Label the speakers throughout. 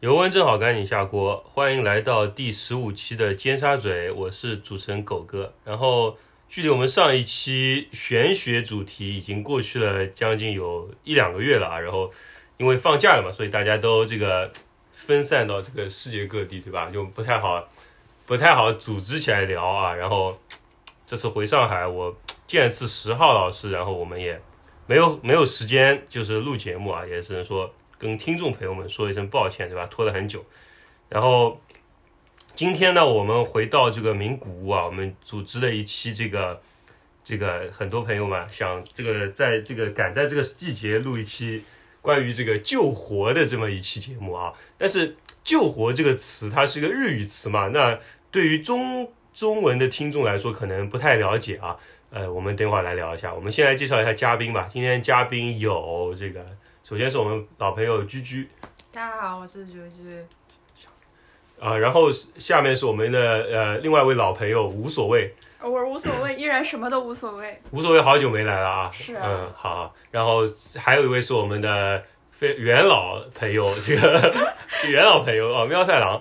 Speaker 1: 油温正好赶紧下锅，欢迎来到第十五期的尖沙咀，我是主持人狗哥。然后距离我们上一期玄学主题已经过去了将近有一两个月了啊，然后因为放假了嘛，所以大家都这个分散到这个世界各地，对吧？就不太好，不太好组织起来聊啊。然后这次回上海，我见次十号老师，然后我们也没有没有时间就是录节目啊，也只能说跟听众朋友们说一声抱歉，对吧？拖了很久。然后今天呢，我们回到这个名古屋啊，我们组织了一期这个这个很多朋友嘛，想这个在这个赶在这个季节录一期关于这个救活的这么一期节目啊。但是救活这个词，它是个日语词嘛，那对于中中文的听众来说，可能不太了解啊。呃，我们等会儿来聊一下。我们先来介绍一下嘉宾吧。今天嘉宾有这个，首先是我们老朋友居居，
Speaker 2: 大家好，我是菊菊。
Speaker 1: 啊，然后是下面是我们的呃另外一位老朋友无所谓，
Speaker 2: 呃我无所谓，依然什么都无所谓。
Speaker 1: 无所谓好久没来了啊，
Speaker 2: 是啊
Speaker 1: 嗯好，然后还有一位是我们的非元老朋友， 这个元老朋友哦，喵太郎，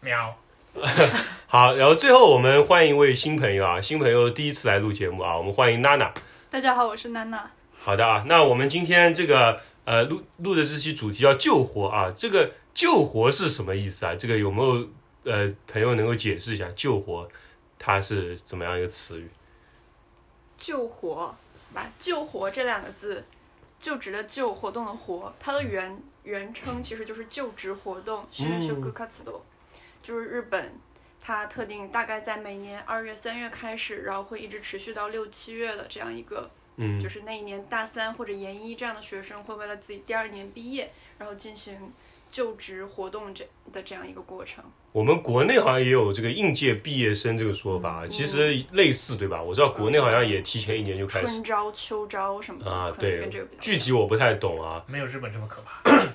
Speaker 3: 喵，
Speaker 1: 好，然后最后我们欢迎一位新朋友啊，新朋友第一次来录节目啊，我们欢迎娜娜。
Speaker 4: 大家好，我是娜娜。
Speaker 1: 好的啊，那我们今天这个呃录录的这期主题叫救活啊，这个救活是什么意思啊？这个有没有呃朋友能够解释一下救活它是怎么样一个词语？
Speaker 2: 救活，把“救活”这两个字，就职的救，活动的活，它的原原称其实就是就职活动，就
Speaker 1: 嗯
Speaker 2: 是修活活动，就是日本它特定大概在每年二月、三月开始，然后会一直持续到六七月的这样一个
Speaker 1: 嗯，
Speaker 2: 就是那一年大三或者研一这样的学生会为了自己第二年毕业，然后进行就职活动这的这样一个过程。
Speaker 1: 我们国内好像也有这个应届毕业生这个说法啊，其实类似对吧？我知道国内好像也提前一年就开始
Speaker 2: 春招、秋招什么的，
Speaker 1: 啊，
Speaker 2: 可能
Speaker 1: 对
Speaker 2: 跟这个比，较
Speaker 1: 具体
Speaker 2: 像
Speaker 1: 我不太懂啊。
Speaker 3: 没有日本这么可怕。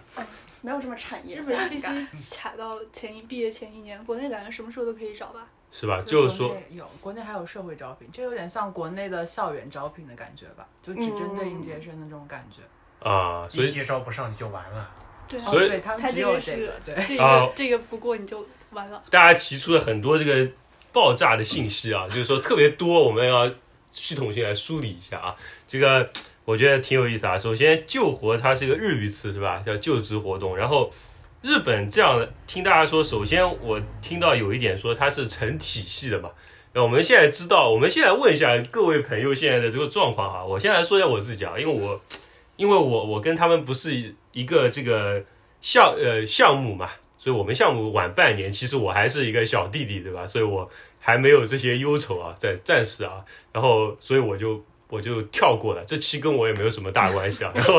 Speaker 2: 没有什么产业，
Speaker 4: 日本人必
Speaker 2: 感
Speaker 4: 须卡到前一毕业前一年，国内感觉什么时候都可以找吧？
Speaker 1: 是吧？就是说
Speaker 5: 国，内有国内还有社会招聘，这有点像国内的校园招聘的感觉吧，就只针对
Speaker 4: 嗯
Speaker 5: 应届生的这种感觉。
Speaker 1: 啊，所
Speaker 3: 一
Speaker 1: 以
Speaker 3: 届招不上你就完了。
Speaker 4: 对啊，
Speaker 1: 所以
Speaker 5: 哦、对他
Speaker 4: 他
Speaker 5: 们只
Speaker 4: 这
Speaker 5: 有
Speaker 4: 个
Speaker 5: 这
Speaker 4: 是
Speaker 5: 个，对，
Speaker 4: 这
Speaker 1: 啊
Speaker 4: 个这个不过你就完了。
Speaker 1: 大家提出了很多这个爆炸的信息啊， 就是说特别多，我们要系统性来梳理一下啊。这个我觉得挺有意思啊。首先，救活它是一个日语词是吧？叫救职活动。然后日本这样的，听大家说，首先我听到有一点说它是成体系的嘛。那我们现在知道，我们现在问一下各位朋友现在的这个状况啊。我先来说一下我自己啊，因为我因为我我跟他们不是一个这个项呃项目嘛，所以我们项目晚半年，其实我还是一个小弟弟，对吧？所以我还没有这些忧愁啊，在暂时啊，然后所以我就我就跳过了这期，跟我也没有什么大关系啊。然后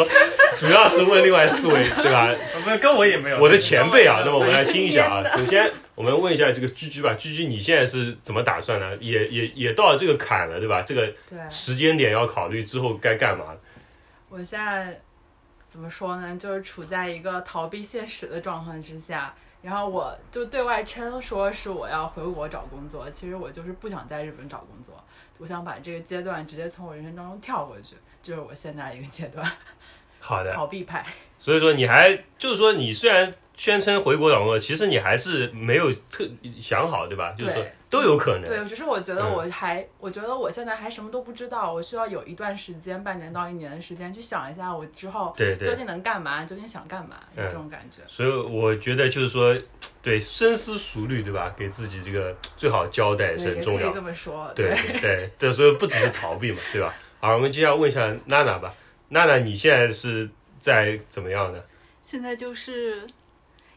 Speaker 1: 主要是问另外四位，对吧？
Speaker 3: 不是跟我也没有。
Speaker 1: 我的前辈啊，那么我们
Speaker 3: 来
Speaker 1: 来听一下啊。首先，我们问一下这个居居吧，居居你现在是怎么打算呢？也也也到了这个坎了，对吧？这个
Speaker 5: 对
Speaker 1: 时间点要考虑之后该干嘛。
Speaker 5: 我现在怎么说呢？就是处在一个逃避现实的状况之下，然后我就对外称说是我要回国找工作，其实我就是不想在日本找工作，我想把这个阶段直接从我人生当中跳过去，这是我现在一个阶段，
Speaker 1: 好的，
Speaker 5: 逃避派。
Speaker 1: 所以说你还就是说你虽然宣称回国找工作，其实你还是没有特想好，对吧？就是说
Speaker 5: 对
Speaker 1: 都有可能。
Speaker 5: 对，只是我觉得
Speaker 1: 嗯
Speaker 5: 我还，我觉得我现在还什么都不知道，我需要有一段时间，半年到一年的时间去想一下我之后
Speaker 1: 对对
Speaker 5: 究竟能干嘛，究竟想干嘛，有
Speaker 1: 嗯
Speaker 5: 这种感觉。
Speaker 1: 所以我觉得就是说，对深思熟虑，对吧？给自己这个最好交代是
Speaker 5: 对，
Speaker 1: 很
Speaker 5: 也
Speaker 1: 重
Speaker 5: 可
Speaker 1: 要
Speaker 5: 以这。么说。
Speaker 1: 对对 对，所以不只是逃避嘛，对吧？好，我们接下来问一下娜娜吧。娜娜，你现在是在怎么样呢？
Speaker 4: 现在就是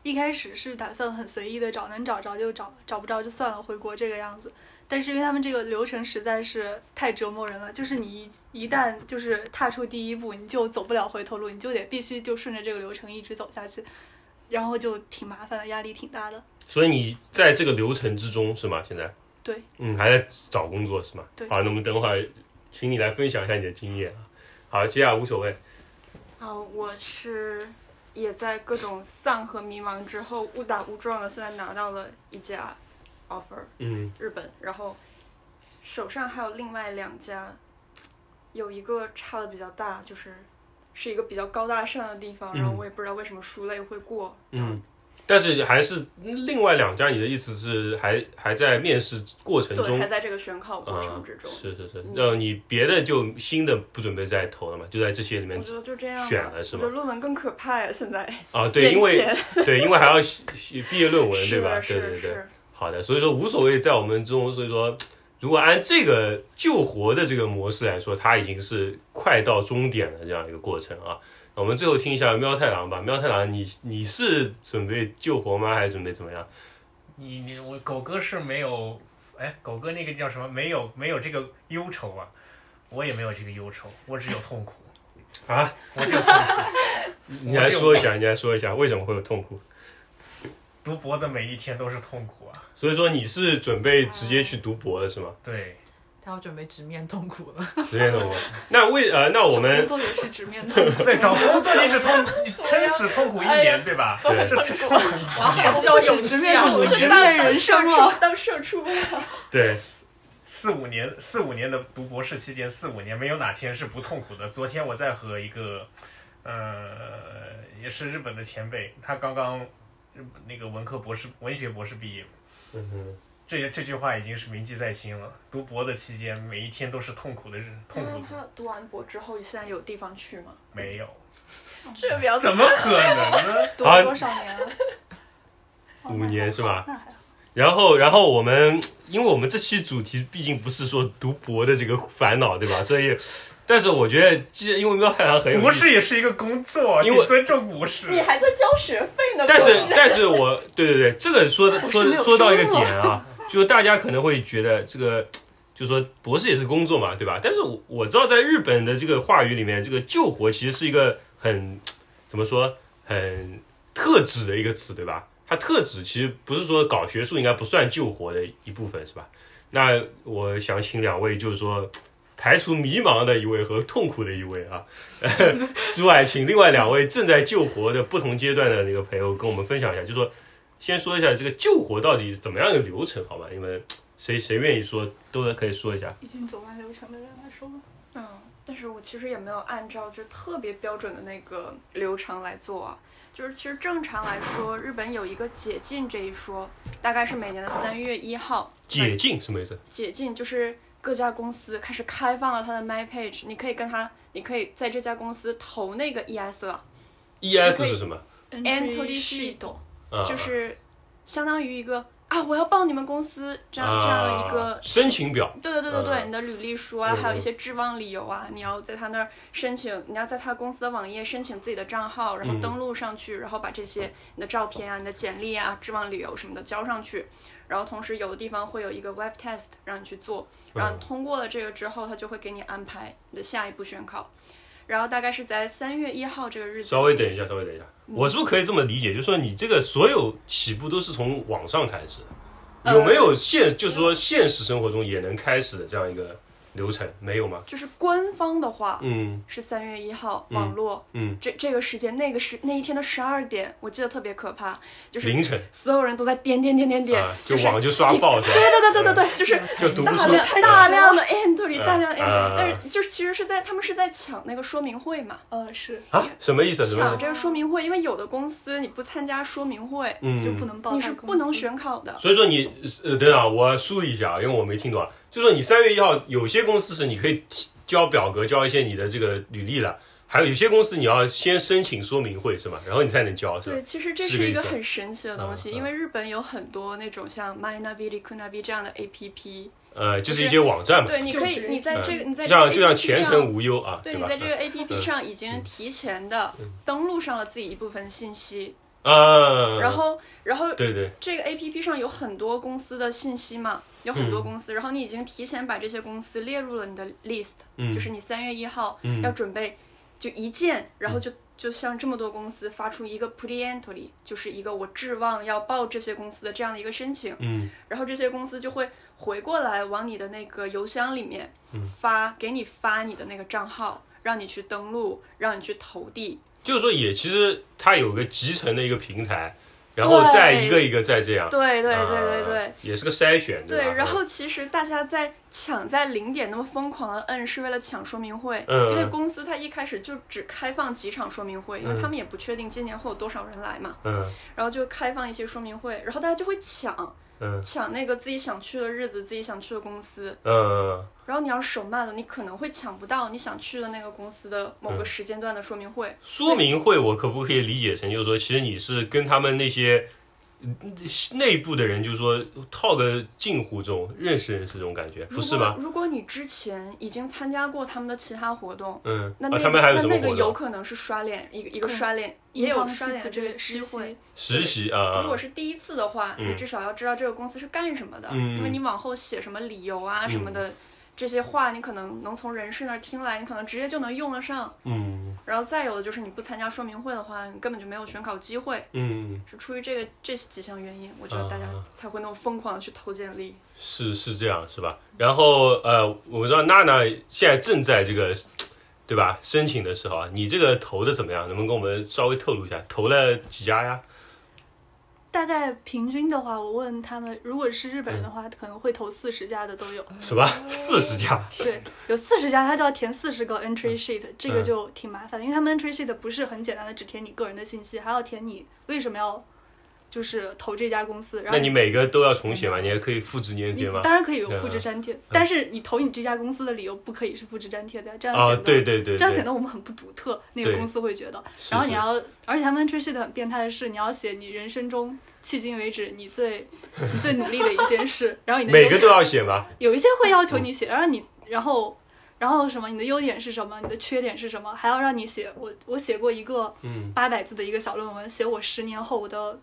Speaker 4: 一开始是打算很随意的找，能找着就找，找不着就算了，回国这个样子。但是因为他们这个流程实在是太折磨人了，就是你一一旦就是踏出第一步，你就走不了回头路，你就得必须就顺着这个流程一直走下去，然后就挺麻烦的，压力挺大的。
Speaker 1: 所以你在这个流程之中是吗？现在？
Speaker 4: 对。
Speaker 1: 嗯，还在找工作是吗？
Speaker 4: 对
Speaker 1: 好，那我们等会儿请你来分享一下你的经验啊。好，接下来无所谓。
Speaker 2: 啊，我是也在各种丧和迷茫之后误打误撞的，现在拿到了一家 offer
Speaker 1: 嗯
Speaker 2: 日本，然后手上还有另外两家，有一个差的比较大，就是是一个比较高大上的地方，
Speaker 1: 嗯
Speaker 2: 然后我也不知道为什么书类会过。
Speaker 1: 嗯，但是还是另外两家，你的意思是还还在面试过程
Speaker 2: 对，
Speaker 1: 中
Speaker 2: 还在这个选考过
Speaker 1: 啊
Speaker 2: 程之中，
Speaker 1: 是是是
Speaker 2: 嗯，
Speaker 1: 那你别的就新的不准备再投了嘛，就在这些里面
Speaker 2: 我觉得就这样吧。
Speaker 1: 选了是
Speaker 2: 我
Speaker 1: 吗
Speaker 2: 觉得论文更可怕呀，现在。
Speaker 1: 啊，对，因为
Speaker 2: 眼前
Speaker 1: 对，因为还要写写毕业论文，
Speaker 2: 是啊
Speaker 1: 对吧？
Speaker 2: 是
Speaker 1: 对对对，
Speaker 2: 是
Speaker 1: 好的，所以说无所谓，在我们中，所以说如果按这个救活的这个模式来说，它已经是快到终点了这样一个过程啊。我们最后听一下喵太郎吧，喵太郎，你你是准备救活吗？还是准备怎么样？
Speaker 3: 你你我狗哥是没有，哎，狗哥那个叫什么？没有没有这个忧愁啊，我也没有这个忧愁，我只有痛苦。
Speaker 1: 啊，
Speaker 3: 我只有痛苦。
Speaker 1: 你来说一下，你来说一下为什么会有痛苦？
Speaker 3: 读博的每一天都是痛苦啊。
Speaker 1: 所以说你是准备直接去读博的是 吗？
Speaker 3: 对，
Speaker 5: 他要准备直面痛苦了。
Speaker 1: 直接读博？那为呃，那我们
Speaker 4: 工作也是直面的。
Speaker 3: 对，找工作那是痛，你撑死痛苦一年，对吧？
Speaker 1: 对
Speaker 3: 这这
Speaker 2: 我好需要勇
Speaker 4: 直
Speaker 2: 气
Speaker 4: 面
Speaker 2: 啊！
Speaker 4: 你
Speaker 2: 我
Speaker 4: 直
Speaker 2: 知道
Speaker 4: 面人生了。
Speaker 2: 当社畜，
Speaker 1: 对
Speaker 3: 四五年四五年的读博士期间，四五年没有哪天是不痛苦的。昨天我在和一个，呃，也是日本的前辈，他刚刚日那个文科博士、文学博士毕业，
Speaker 1: 嗯哼
Speaker 3: 这这句话已经是铭记在心了。读博的期间，每一天都是痛苦的日，痛苦
Speaker 2: 那
Speaker 3: 的
Speaker 2: 他读完博之后，现在有地方去吗？
Speaker 3: 没有，
Speaker 2: 这个比较
Speaker 3: 怎么可能呢？
Speaker 4: 读了多少年了？哦
Speaker 1: 啊 五年是吧？
Speaker 4: 那还好
Speaker 1: 然后，然后我们，因为我们这期主题毕竟不是说读博的这个烦恼，对吧？所以，但是我觉得，既因为喵太郎很有意思
Speaker 3: 博士也是一个工作，
Speaker 1: 因
Speaker 3: 请
Speaker 1: 为
Speaker 3: 尊重博士。
Speaker 2: 你还在交学费呢，
Speaker 1: 但是
Speaker 2: 博士，
Speaker 1: 但是我对对对，这个说的
Speaker 4: 不是
Speaker 1: 说
Speaker 4: 没有
Speaker 1: 说到一个
Speaker 4: 收入
Speaker 1: 点啊，就大家可能会觉得这个，就说博士也是工作嘛，对吧？但是我我知道在日本的这个话语里面，这个救活其实是一个很怎么说很特指的一个词，对吧？它特指其实不是说搞学术应该不算救活的一部分，是吧？那我想请两位就是说。排除迷茫的一位和痛苦的一位啊， 之外，请另外两位正在救活的不同阶段的那个朋友跟我们分享一下，就说先说一下这个救活到底是怎么样一个流程，好吧？你们谁谁愿意说，都可以说一下。
Speaker 4: 已经走完流程的人来说吧。
Speaker 2: 嗯，但是我其实也没有按照就特别标准的那个流程来做啊。就是其实正常来说，日本有一个解禁这一说，大概是每年的三月一号。
Speaker 1: 解禁什么意思？
Speaker 2: 解禁就是各家公司开始开放了它的 My Page，你可以跟他，你可以在这家公司投那个 ES 了
Speaker 1: ES ？E 是什么？
Speaker 2: ，Entry Sheet，
Speaker 1: 啊，
Speaker 2: 就是相当于一个啊，我要报你们公司这样这样的一个
Speaker 1: 啊申请表，
Speaker 2: 对对对对对，
Speaker 1: 嗯
Speaker 2: 你的履历书啊，
Speaker 1: 嗯
Speaker 2: 还有一些志望理由啊，你要在他那儿申请，你要在他公司的网页申请自己的账号，然后
Speaker 1: 嗯
Speaker 2: 登录上去，然后把这些你的照片啊、你的简历啊、志望理由什么的交上去。然后同时有的地方会有一个 web test 让你去做，
Speaker 1: 嗯
Speaker 2: 然后你通过了这个之后，他就会给你安排你的下一步选考。然后大概是在三月一号这个日子，
Speaker 1: 稍微等一下，稍微等一下，我是不是可以这么理解？就是说你这个所有起步都是从网上开始的，
Speaker 2: 呃
Speaker 1: 有没有现就是说现实生活中也能开始的这样一个流程？没有吗？
Speaker 2: 就是官方的话
Speaker 1: 嗯
Speaker 2: 是三月一号
Speaker 1: 嗯
Speaker 2: 网络
Speaker 1: 嗯，
Speaker 2: 这这个时间，那个时那一天的十二点，我记得特别可怕，就是
Speaker 1: 凌晨
Speaker 2: 所有人都在点点点点点
Speaker 1: 啊，，就网就刷爆是吧？
Speaker 2: 对对对对对对，就是
Speaker 1: 就读 不
Speaker 2: 大
Speaker 1: 出
Speaker 2: 量大量的 entry，
Speaker 1: 嗯
Speaker 2: 大量的 entry，
Speaker 1: 啊
Speaker 2: 但是就是其实是在他们是在抢那个说明会嘛，
Speaker 4: 呃，是
Speaker 1: 啊，什么意思？什么意
Speaker 2: 抢
Speaker 1: 思？
Speaker 2: 这个说明会，因为有的公司你不参加说明会，
Speaker 4: 就不
Speaker 1: 嗯，
Speaker 4: 能报
Speaker 2: 你
Speaker 4: 太
Speaker 2: 是
Speaker 4: 公司，
Speaker 2: 不能选考的。
Speaker 1: 所以说你呃，等等啊，我梳理一下啊，因为我没听懂啊。就说你三月一号，有些公司是你可以提交表格，交一些你的这个履历的，还有有些公司你要先申请说明会是吗？然后你才能交是吧
Speaker 2: 对，？其实这
Speaker 1: 是
Speaker 2: 是
Speaker 1: 这个
Speaker 2: 一
Speaker 1: 意
Speaker 2: 个
Speaker 1: 思
Speaker 2: 很神奇的东
Speaker 1: 嗯
Speaker 2: 西，
Speaker 1: 嗯
Speaker 2: 因为日本有很多那种像 Mynavi、r i k u n a v i 这样的 APP，
Speaker 1: 呃，就是一些网站嘛，
Speaker 2: 对，你可以
Speaker 4: 就职
Speaker 2: 你在这个你在
Speaker 1: 嗯就
Speaker 2: 这个
Speaker 1: 像就像
Speaker 2: APP
Speaker 1: 前
Speaker 2: 上
Speaker 1: 程无忧啊，
Speaker 2: 对你
Speaker 1: 吧
Speaker 2: 在？这个 A P
Speaker 1: 嗯
Speaker 2: P 上已经提前的登录上了自己一部分信息，
Speaker 1: 啊，
Speaker 2: 然后然后
Speaker 1: 对对，
Speaker 2: 这个 A P P 上有很多公司的信息嘛，有很多
Speaker 1: 嗯
Speaker 2: 公司，然后你已经提前把这些公司列入了你的 list，、
Speaker 1: 嗯，
Speaker 2: 就是你三月一号
Speaker 1: 嗯
Speaker 2: 要准备就一键，然后就就向这么多公司发出一个 pre-entry，就是一个我志望要报这些公司的这样的一个申请，
Speaker 1: 嗯
Speaker 2: 然后这些公司就会回过来往你的那个邮箱里面
Speaker 1: 嗯
Speaker 2: 发，给你发你的那个账号，让你去登录，让你去投递。
Speaker 1: 就是说也其实它有个集成的一个平台，然后再一个一个再这样，
Speaker 2: 对对
Speaker 1: 啊
Speaker 2: 对对对。
Speaker 1: 也是个筛选，吧？
Speaker 2: 对，然后其实大家在抢在零点那么疯狂的摁，是为了抢说明会，
Speaker 1: 嗯
Speaker 2: 因为公司它一开始就只开放几场说明会，因为他们也不确定今年会有多少人来嘛，
Speaker 1: 嗯
Speaker 2: 然后就开放一些说明会，然后大家就会抢
Speaker 1: 嗯
Speaker 2: 抢那个自己想去的日子，自己想去的公司，
Speaker 1: 嗯嗯
Speaker 2: 然后你要是手慢了，你可能会抢不到你想去的那个公司的某个时间段的说明会，
Speaker 1: 说明会，我可不可以理解成就是说，其实你是跟他们那些嗯内部的人，就是说套个近乎中认识认识这种感觉，
Speaker 2: 如
Speaker 1: 不
Speaker 2: 果
Speaker 1: 是吧？
Speaker 2: 如果你之前已经参加过他们的其他活动，
Speaker 1: 嗯，
Speaker 2: 那
Speaker 1: 啊，
Speaker 2: 那个、
Speaker 1: 他们还有
Speaker 2: 那
Speaker 1: 什么
Speaker 2: 那个
Speaker 1: 活
Speaker 2: 有
Speaker 1: 动？
Speaker 2: 可能是刷脸，一个一个
Speaker 4: 对
Speaker 2: 刷脸，也有刷脸的这个机
Speaker 4: 实
Speaker 2: 会
Speaker 4: 习。，
Speaker 1: 实习啊啊
Speaker 2: 如果是第一次的话，
Speaker 1: 嗯
Speaker 2: 你至少要知道这个公司是干什么的，
Speaker 1: 嗯
Speaker 2: 因为你往后写什么理由啊、
Speaker 1: 嗯
Speaker 2: 什么的，这些话你可能能从人事那儿听来，你可能直接就能用得上。
Speaker 1: 嗯
Speaker 2: 然后再有的就是你不参加说明会的话，你根本就没有选考机会，
Speaker 1: 嗯。
Speaker 2: 是出于这个这几项原因，我觉得大家
Speaker 1: 啊
Speaker 2: 才会那么疯狂的去投简历。
Speaker 1: 是是这样是吧？然后呃，我知道娜娜现在正在这个，对吧？申请的时候啊，你这个投的怎么样？能不能跟我们稍微透露一下？投了几家呀？
Speaker 4: 大概平均的话，我问他们，如果是日本人的话，可能会投四十家的都有。
Speaker 1: 什么？四十家？
Speaker 4: 对，有四十家，他就要填四十个 entry sheet，这
Speaker 1: 嗯
Speaker 4: 个就挺麻烦的，因为他们 entry sheet 不是很简单的，只填你个人的信息，还要填你为什么要就是投这家公司。然
Speaker 1: 那
Speaker 4: 后
Speaker 1: 你每个都要重写吗？你还可以复制粘
Speaker 4: 你
Speaker 1: 贴吗？嗯
Speaker 4: 当然可以有复制粘贴，但是你投你这家公司的理由不可以是复制粘贴的呀，这样
Speaker 1: 啊，
Speaker 4: 显得、
Speaker 1: 对对对
Speaker 4: 这样显
Speaker 1: 对，
Speaker 4: 得我们很不独特，那
Speaker 1: 对
Speaker 4: 个公司会觉得。
Speaker 1: 是
Speaker 4: 然后你
Speaker 1: 是
Speaker 4: 要，而且他们 entry sheet 很变态的是，你要写你人生中迄今为止你 最你最努力的一件事，然后你的
Speaker 1: 每
Speaker 4: 优
Speaker 1: 个都嗯要写吗？
Speaker 4: 有一些会要求你写，然后你然后然后什么你的优点是什么，你的缺点是什么，还要让你写我我写过一个
Speaker 1: 嗯
Speaker 4: 八百字的一个小论文，写我十年后我的，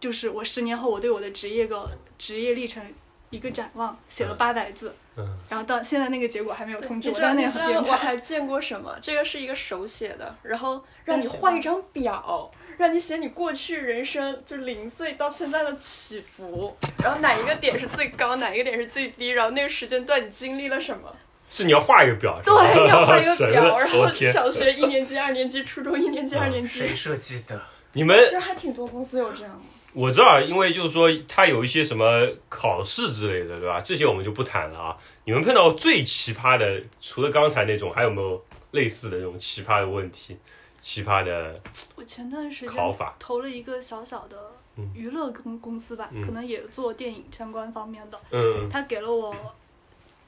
Speaker 4: 就是我十年后我对我的职业个职业历程一个展望，写了
Speaker 1: 嗯
Speaker 4: 八百字，
Speaker 1: 嗯
Speaker 4: 然后到现在那个结果还没有通知
Speaker 2: 你
Speaker 4: 我，
Speaker 2: 知
Speaker 4: 当
Speaker 2: 道
Speaker 4: 时
Speaker 2: 你知
Speaker 4: 那个很
Speaker 2: 道
Speaker 4: 变
Speaker 2: 我
Speaker 4: 态。
Speaker 2: 还见过什么？这个是一个手写的，然后让你画一张表，让你写你过去人生就零岁到现在的起伏，然后哪一个点是最高，哪一个点是最低，然后那个时间段你经历了什么？
Speaker 1: 是你要画一个表，是吧
Speaker 2: 对， 要画一个
Speaker 1: 神
Speaker 2: 表，
Speaker 1: 了
Speaker 2: 然
Speaker 1: 我
Speaker 2: 后
Speaker 1: 天，啊
Speaker 2: 小学一年级、二年级、初中一年级、二年级
Speaker 3: 谁，设计的？
Speaker 1: 你们
Speaker 2: 其实还挺多公司有这样的。
Speaker 1: 我知道，因为就是说，它有一些什么考试之类的，对吧？这些我们就不谈了啊。你们碰到最奇葩的，除了刚才那种，还有没有类似的这种奇葩的问题、奇葩的
Speaker 4: 我前段时间
Speaker 1: 考法？
Speaker 4: 投了一个小小的
Speaker 1: 嗯
Speaker 4: 娱乐公公司吧，
Speaker 1: 嗯
Speaker 4: 可能也做电影相关方面的，
Speaker 1: 嗯
Speaker 4: 他给了我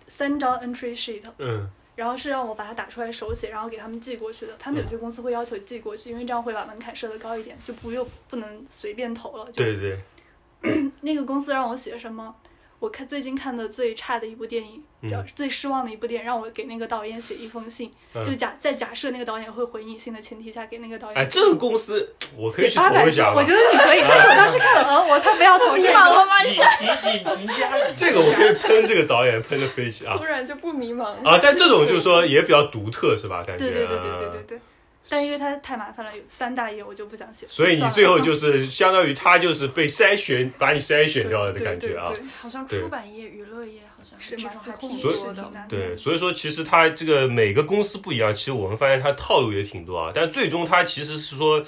Speaker 4: 三张 entry sheet，
Speaker 1: 嗯
Speaker 4: 然后是让我把它打出来手写，然后给他们寄过去的。他
Speaker 1: 嗯
Speaker 4: 们有些公司会要求寄过去，因为这样会把门槛设得高一点，就不用不能随便投了。就
Speaker 1: 对对
Speaker 4: 那个公司让我写什么？我看最近看的最差的一部电影，
Speaker 1: 嗯
Speaker 4: 叫最失望的一部电影，让我给那个导演写一封信，
Speaker 1: 嗯
Speaker 4: 就假在假设那个导演会回你信的前提下，给那个导
Speaker 1: 对，哎，
Speaker 4: 演
Speaker 1: 这啊
Speaker 4: 写
Speaker 1: 个公司我可以去
Speaker 4: 写八
Speaker 1: 投
Speaker 4: 百
Speaker 1: 一
Speaker 4: 字。
Speaker 1: 下
Speaker 4: 我
Speaker 1: 吗
Speaker 4: 觉？得你可以，但是我当时看了，哦我才不要投这个。
Speaker 2: 了吗？
Speaker 3: 影评影评家，
Speaker 1: 这个我可以喷这个导演，喷的飞起啊
Speaker 2: 突然就不迷茫了。
Speaker 1: 啊！但这种就是说也比较独特，是吧？感觉
Speaker 4: 对对对对对对
Speaker 1: 啊
Speaker 4: 对。但因为它太麻烦了，有三大页我就不想写。
Speaker 1: 所以
Speaker 4: 算
Speaker 1: 你
Speaker 4: 了嗯
Speaker 1: 最后就是相当于他就是被筛选，把你筛选掉了的感觉啊。
Speaker 4: 对对对对
Speaker 2: 好像
Speaker 1: 对
Speaker 2: 出版业、娱乐业好像
Speaker 4: 是
Speaker 2: 这
Speaker 4: 吗
Speaker 2: 种还
Speaker 4: 控
Speaker 2: 挺
Speaker 1: 所以
Speaker 2: 多的。
Speaker 1: 对，所以说其实它这个每个公司不一样，其实我们发现它套路也挺多啊，但最终它其实是说，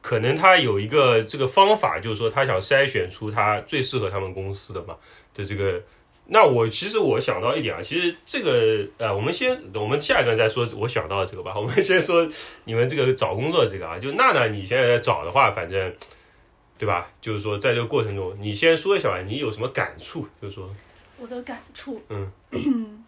Speaker 1: 可能它有一个这个方法，就是说他想筛选出他最适合他们公司的嘛的这个。那我其实我想到一点啊，其实这个呃，我们先我们下一段再说，我想到的这个吧，我们先说你们这个找工作这个啊，就娜娜你现在在找的话，反正对吧？就是说在这个过程中，你先说一下吧，你有什么感触？就是说，
Speaker 4: 我的感触，
Speaker 1: 嗯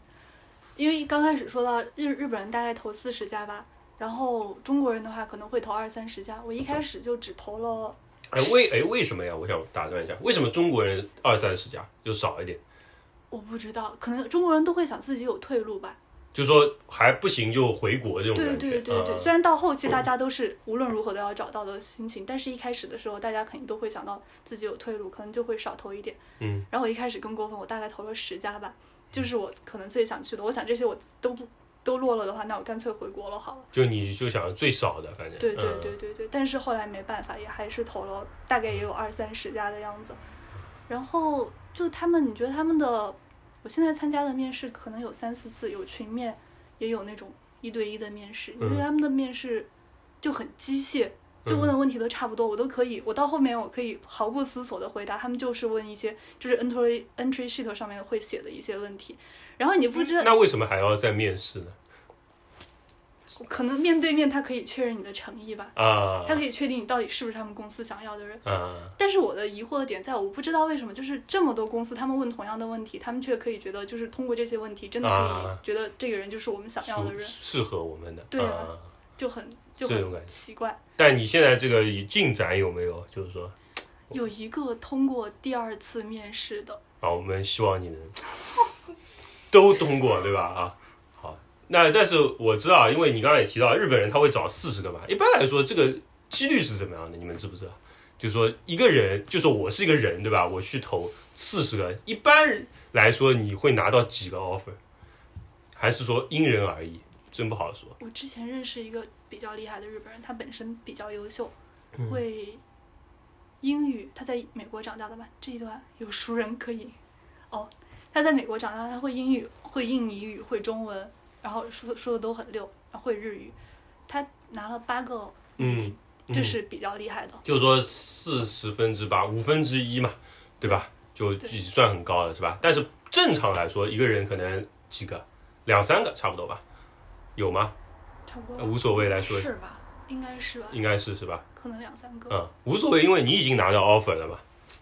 Speaker 4: 因为刚开始说到日日本人大概投四十家吧，然后中国人的话可能会投二三十家。我一开始就只投了，
Speaker 1: 哎为哎为什么呀？我想打断一下，为什么中国人二三十家就少一点？
Speaker 4: 我不知道，可能中国人都会想自己有退路吧。
Speaker 1: 就说还不行就回国这种
Speaker 4: 对
Speaker 1: 感
Speaker 4: 对
Speaker 1: 觉，啊嗯
Speaker 4: 对对，虽然到后期大家都是无论如何都要找到的心情，但是一开始的时候大家肯定都会想到自己有退路，可能就会少投一点。
Speaker 1: 嗯，
Speaker 4: 然后我一开始跟郭峰，我大概投了十家吧，就是我可能最想去的。我想这些我都不都落了的话，那我干脆回国了好了。
Speaker 1: 就你就想最少的，反正
Speaker 4: 对对
Speaker 1: 嗯
Speaker 4: 对对对，但是后来没办法，也还是投了大概也有二三十家的样子。然后就他们，你觉得他们的，我现在参加的面试可能有三四次，有群面，也有那种一对一的面试。你觉
Speaker 1: 嗯
Speaker 4: 得他们的面试就很机械，就问的问题都差不多，我都可以，我到后面我可以毫不思索的回答，他们就是问一些就是 entry entry sheet 上面会写的一些问题，然后你不知道
Speaker 1: 那为什么还要再面试呢？
Speaker 4: 可能面对面他可以确认你的诚意吧，
Speaker 1: 啊
Speaker 4: 他可以确定你到底是不是他们公司想要的人。
Speaker 1: 啊，
Speaker 4: 但是我的疑惑的点在我不知道为什么，就是这么多公司他们问同样的问题，他们却可以觉得就是通过这些问题真的可
Speaker 1: 啊
Speaker 4: 以觉得这个人就是我们想要的
Speaker 1: 适
Speaker 4: 人，
Speaker 1: 适合我们的，
Speaker 4: 对啊
Speaker 1: 啊
Speaker 4: 就很就
Speaker 1: 这种
Speaker 4: 很
Speaker 1: 感觉。
Speaker 4: 奇怪。
Speaker 1: 但你现在这个进展有没有？就是说，
Speaker 4: 有一个通过第二次面试的，
Speaker 1: 啊，我们 希望你能都通过，对吧？啊，好，那但是我知道，因为你刚刚也提到日本人他会找四十个嘛，一般来说这个几率是怎么样的？你们知不知道？就是说一个人，就说我是一个人，对吧？我去投四十个，一般来说你会拿到几个 offer？还是说因人而异？真不好说。
Speaker 4: 我之前认识一个比较厉害的日本人，他本身比较优秀，
Speaker 1: 嗯
Speaker 4: 会英语，他在美国长大的吧？这一段有熟人可以哦。他在美国长大，他会英语，会印尼语，会中文，然后说说的都很溜，然后会日语。他拿了八个，哦
Speaker 1: 嗯，
Speaker 4: 这是比较厉害的。
Speaker 1: 就是说四十分之八，五分之一嘛，对吧？就已
Speaker 4: 对
Speaker 1: 经算很高了，是吧？但是正常来说，一个人可能几个，两三个差不多吧，有吗？
Speaker 4: 差不
Speaker 1: 呃
Speaker 4: 多
Speaker 1: 无所谓来说，
Speaker 2: 是吧？
Speaker 4: 应该是吧，
Speaker 1: 应该是是吧？
Speaker 4: 可能两三个。
Speaker 1: 嗯，无所谓，因为你已经拿到 offer 了嘛，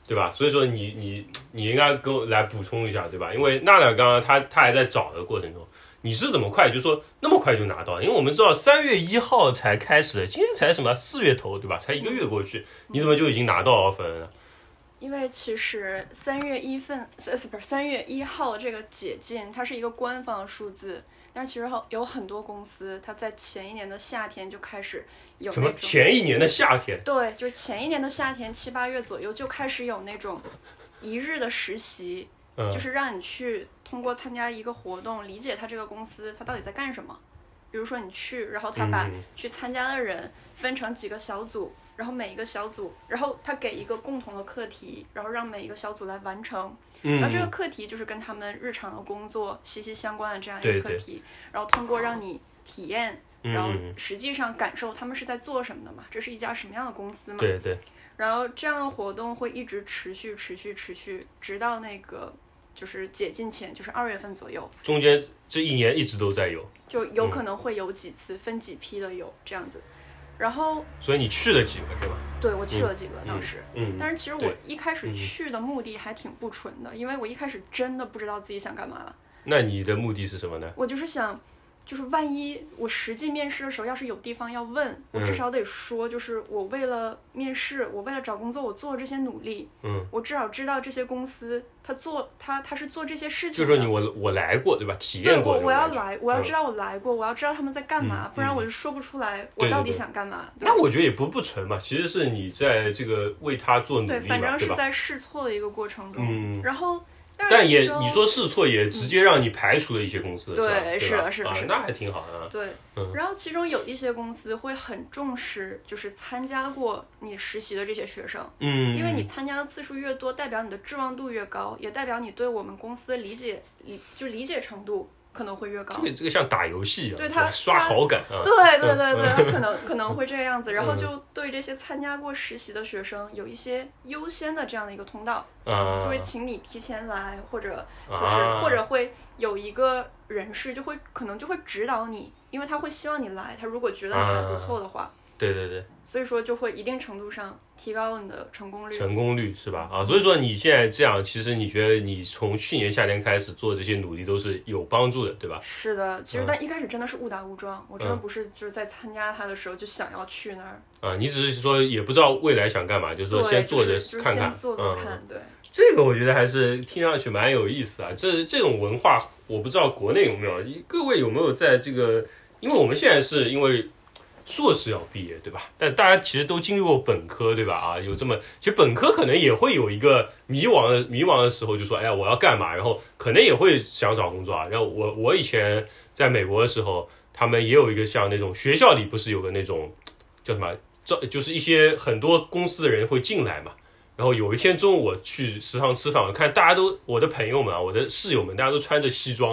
Speaker 1: 对吧？所以说你你你应该跟我来补充一下，对吧？因为娜娜刚刚她她还在找的过程中，你是怎么快就说那么快就拿到？因为我们知道三月一号才开始的，今天才什么四月头，对吧？才一个月过去，你怎么就已经拿到 offer 了呢？
Speaker 2: 因为其实三月一份，呃不是三月一号这个解禁，它是一个官方数字，但是其实有很多公司，它在前一年的夏天就开始有
Speaker 1: 什
Speaker 2: 那
Speaker 1: 么
Speaker 2: 种。
Speaker 1: 前一年的夏天？
Speaker 2: 对，就是前一年的夏天七八月左右就开始有那种一日的实习，
Speaker 1: 嗯
Speaker 2: 就是让你去通过参加一个活动，理解他这个公司他到底在干什么。比如说你去，然后他把
Speaker 1: 嗯
Speaker 2: 去参加的人分成几个小组，然后每一个小组，然后他给一个共同的课题，然后让每一个小组来完成。然后啊这个
Speaker 1: 嗯，
Speaker 2: 课题就是跟他们日常的工作息息相关的这样
Speaker 1: 对
Speaker 2: 一个课
Speaker 1: 对
Speaker 2: 题，然后通过让你体验，然后
Speaker 1: 嗯
Speaker 2: 实际上感受他们是在做什么的嘛，这是一家什么样的公司嘛，
Speaker 1: 对对，
Speaker 2: 然后这样的活动会一直持续、持续、持续，直到那个就是解禁前，就是二月份左右，
Speaker 1: 中间这一年一直都在有，
Speaker 2: 就有可能会有几次分几批的有这样子。然后
Speaker 1: 所以你去了几个是吧？
Speaker 2: 对我去了几个当时，
Speaker 1: 嗯，
Speaker 2: 但是其实我
Speaker 1: 对
Speaker 2: 一开始
Speaker 1: 嗯
Speaker 2: 去的目的还挺不纯的，因为我一开始真的不知道自己想干嘛了，
Speaker 1: 那你的目的是什么呢？
Speaker 2: 我就是想。就是万一我实际面试的时候，要是有地方要问，我至
Speaker 1: 嗯
Speaker 2: 少得说，就是我为了面试，我为了找工作，我做了这些努力，
Speaker 1: 嗯，
Speaker 2: 我至少知道这些公司他做他他是做这些事情
Speaker 1: 就
Speaker 2: 的。
Speaker 1: 说你我我来过对吧？体
Speaker 2: 对
Speaker 1: 验过
Speaker 2: 我
Speaker 1: 这种
Speaker 2: 我要
Speaker 1: 感觉。
Speaker 2: 来，我要
Speaker 1: 嗯
Speaker 2: 知道我来过，我要知道他们在干嘛，
Speaker 1: 嗯
Speaker 2: 不然
Speaker 1: 嗯
Speaker 2: 我就说不出来
Speaker 1: 对
Speaker 2: 我
Speaker 1: 对
Speaker 2: 到底
Speaker 1: 对
Speaker 2: 想干嘛。对
Speaker 1: 那我觉得也不不纯嘛，其实是你在这个为他做努
Speaker 2: 对，
Speaker 1: 力
Speaker 2: 反
Speaker 1: 嘛，
Speaker 2: 正
Speaker 1: 对
Speaker 2: 是
Speaker 1: 吧？
Speaker 2: 在试错的一个过程中，
Speaker 1: 嗯
Speaker 2: 然后但
Speaker 1: 但
Speaker 2: 其
Speaker 1: 也
Speaker 2: 中
Speaker 1: 你说试错也直接让你排除了一些公司，
Speaker 2: 嗯对
Speaker 1: 是吧
Speaker 2: 是
Speaker 1: 对吧
Speaker 2: 的是的
Speaker 1: 啊
Speaker 2: 是的
Speaker 1: 那还挺好的。
Speaker 2: 对，
Speaker 1: 嗯
Speaker 2: 然后其中有一些公司会很重视，就是参加过你实习的这些学生，
Speaker 1: 嗯，
Speaker 2: 因为你参加的次数越多，代表你的志望度越高，也代表你对我们公司理解理就理解程度可能会越高
Speaker 1: 这。个这个像打游戏一样，
Speaker 2: 对
Speaker 1: 是
Speaker 2: 他
Speaker 1: 吧刷
Speaker 2: 他
Speaker 1: 好感啊，
Speaker 2: 对对
Speaker 1: 嗯
Speaker 2: 对对，他可能可能会这个样子，然后就对这些参加过实习的学生有一些优先的这样的一个通道，就
Speaker 1: 啊
Speaker 2: 会请你提前来，或者就是
Speaker 1: 啊，
Speaker 2: 或者会有一个人士就会可能就会指导你，因为他会希望你来，他如果觉得你还不
Speaker 1: 啊
Speaker 2: 错的话，
Speaker 1: 对对对，
Speaker 2: 所以说就会一定程度上提高了你的成功率。
Speaker 1: 成功率是吧？啊，所以说你现在这样，其实你觉得你从去年夏天开始做这些努力都是有帮助的，对吧？
Speaker 2: 是的，其
Speaker 1: 嗯
Speaker 2: 实但一开始真的是误打误撞，我真的
Speaker 1: 嗯
Speaker 2: 不是就是在参加他的时候就想要去那儿，
Speaker 1: 啊，你只是说也不知道未来想干嘛，就是说
Speaker 2: 对，
Speaker 1: 先做着
Speaker 2: 就是就是
Speaker 1: 看看，
Speaker 2: 先做做
Speaker 1: 嗯。
Speaker 2: 看，对。
Speaker 1: 这个我觉得还是听上去蛮有意思啊。这这种文化，我不知道国内有没有，各位有没有在这个？因为我们现在是因为硕士要毕业，对吧？但大家其实都经历过本科，对吧？啊，有这么，其实本科可能也会有一个迷茫的迷茫的时候，就说，哎呀，我要干嘛？然后可能也会想找工作啊。然后我我以前在美国的时候，他们也有一个像那种学校里不是有个那种叫什么？招就是一些很多公司的人会进来嘛，然后有一天中午我去食堂吃饭，我看大家都我的朋友们啊，我的室友们，大家都穿着西装，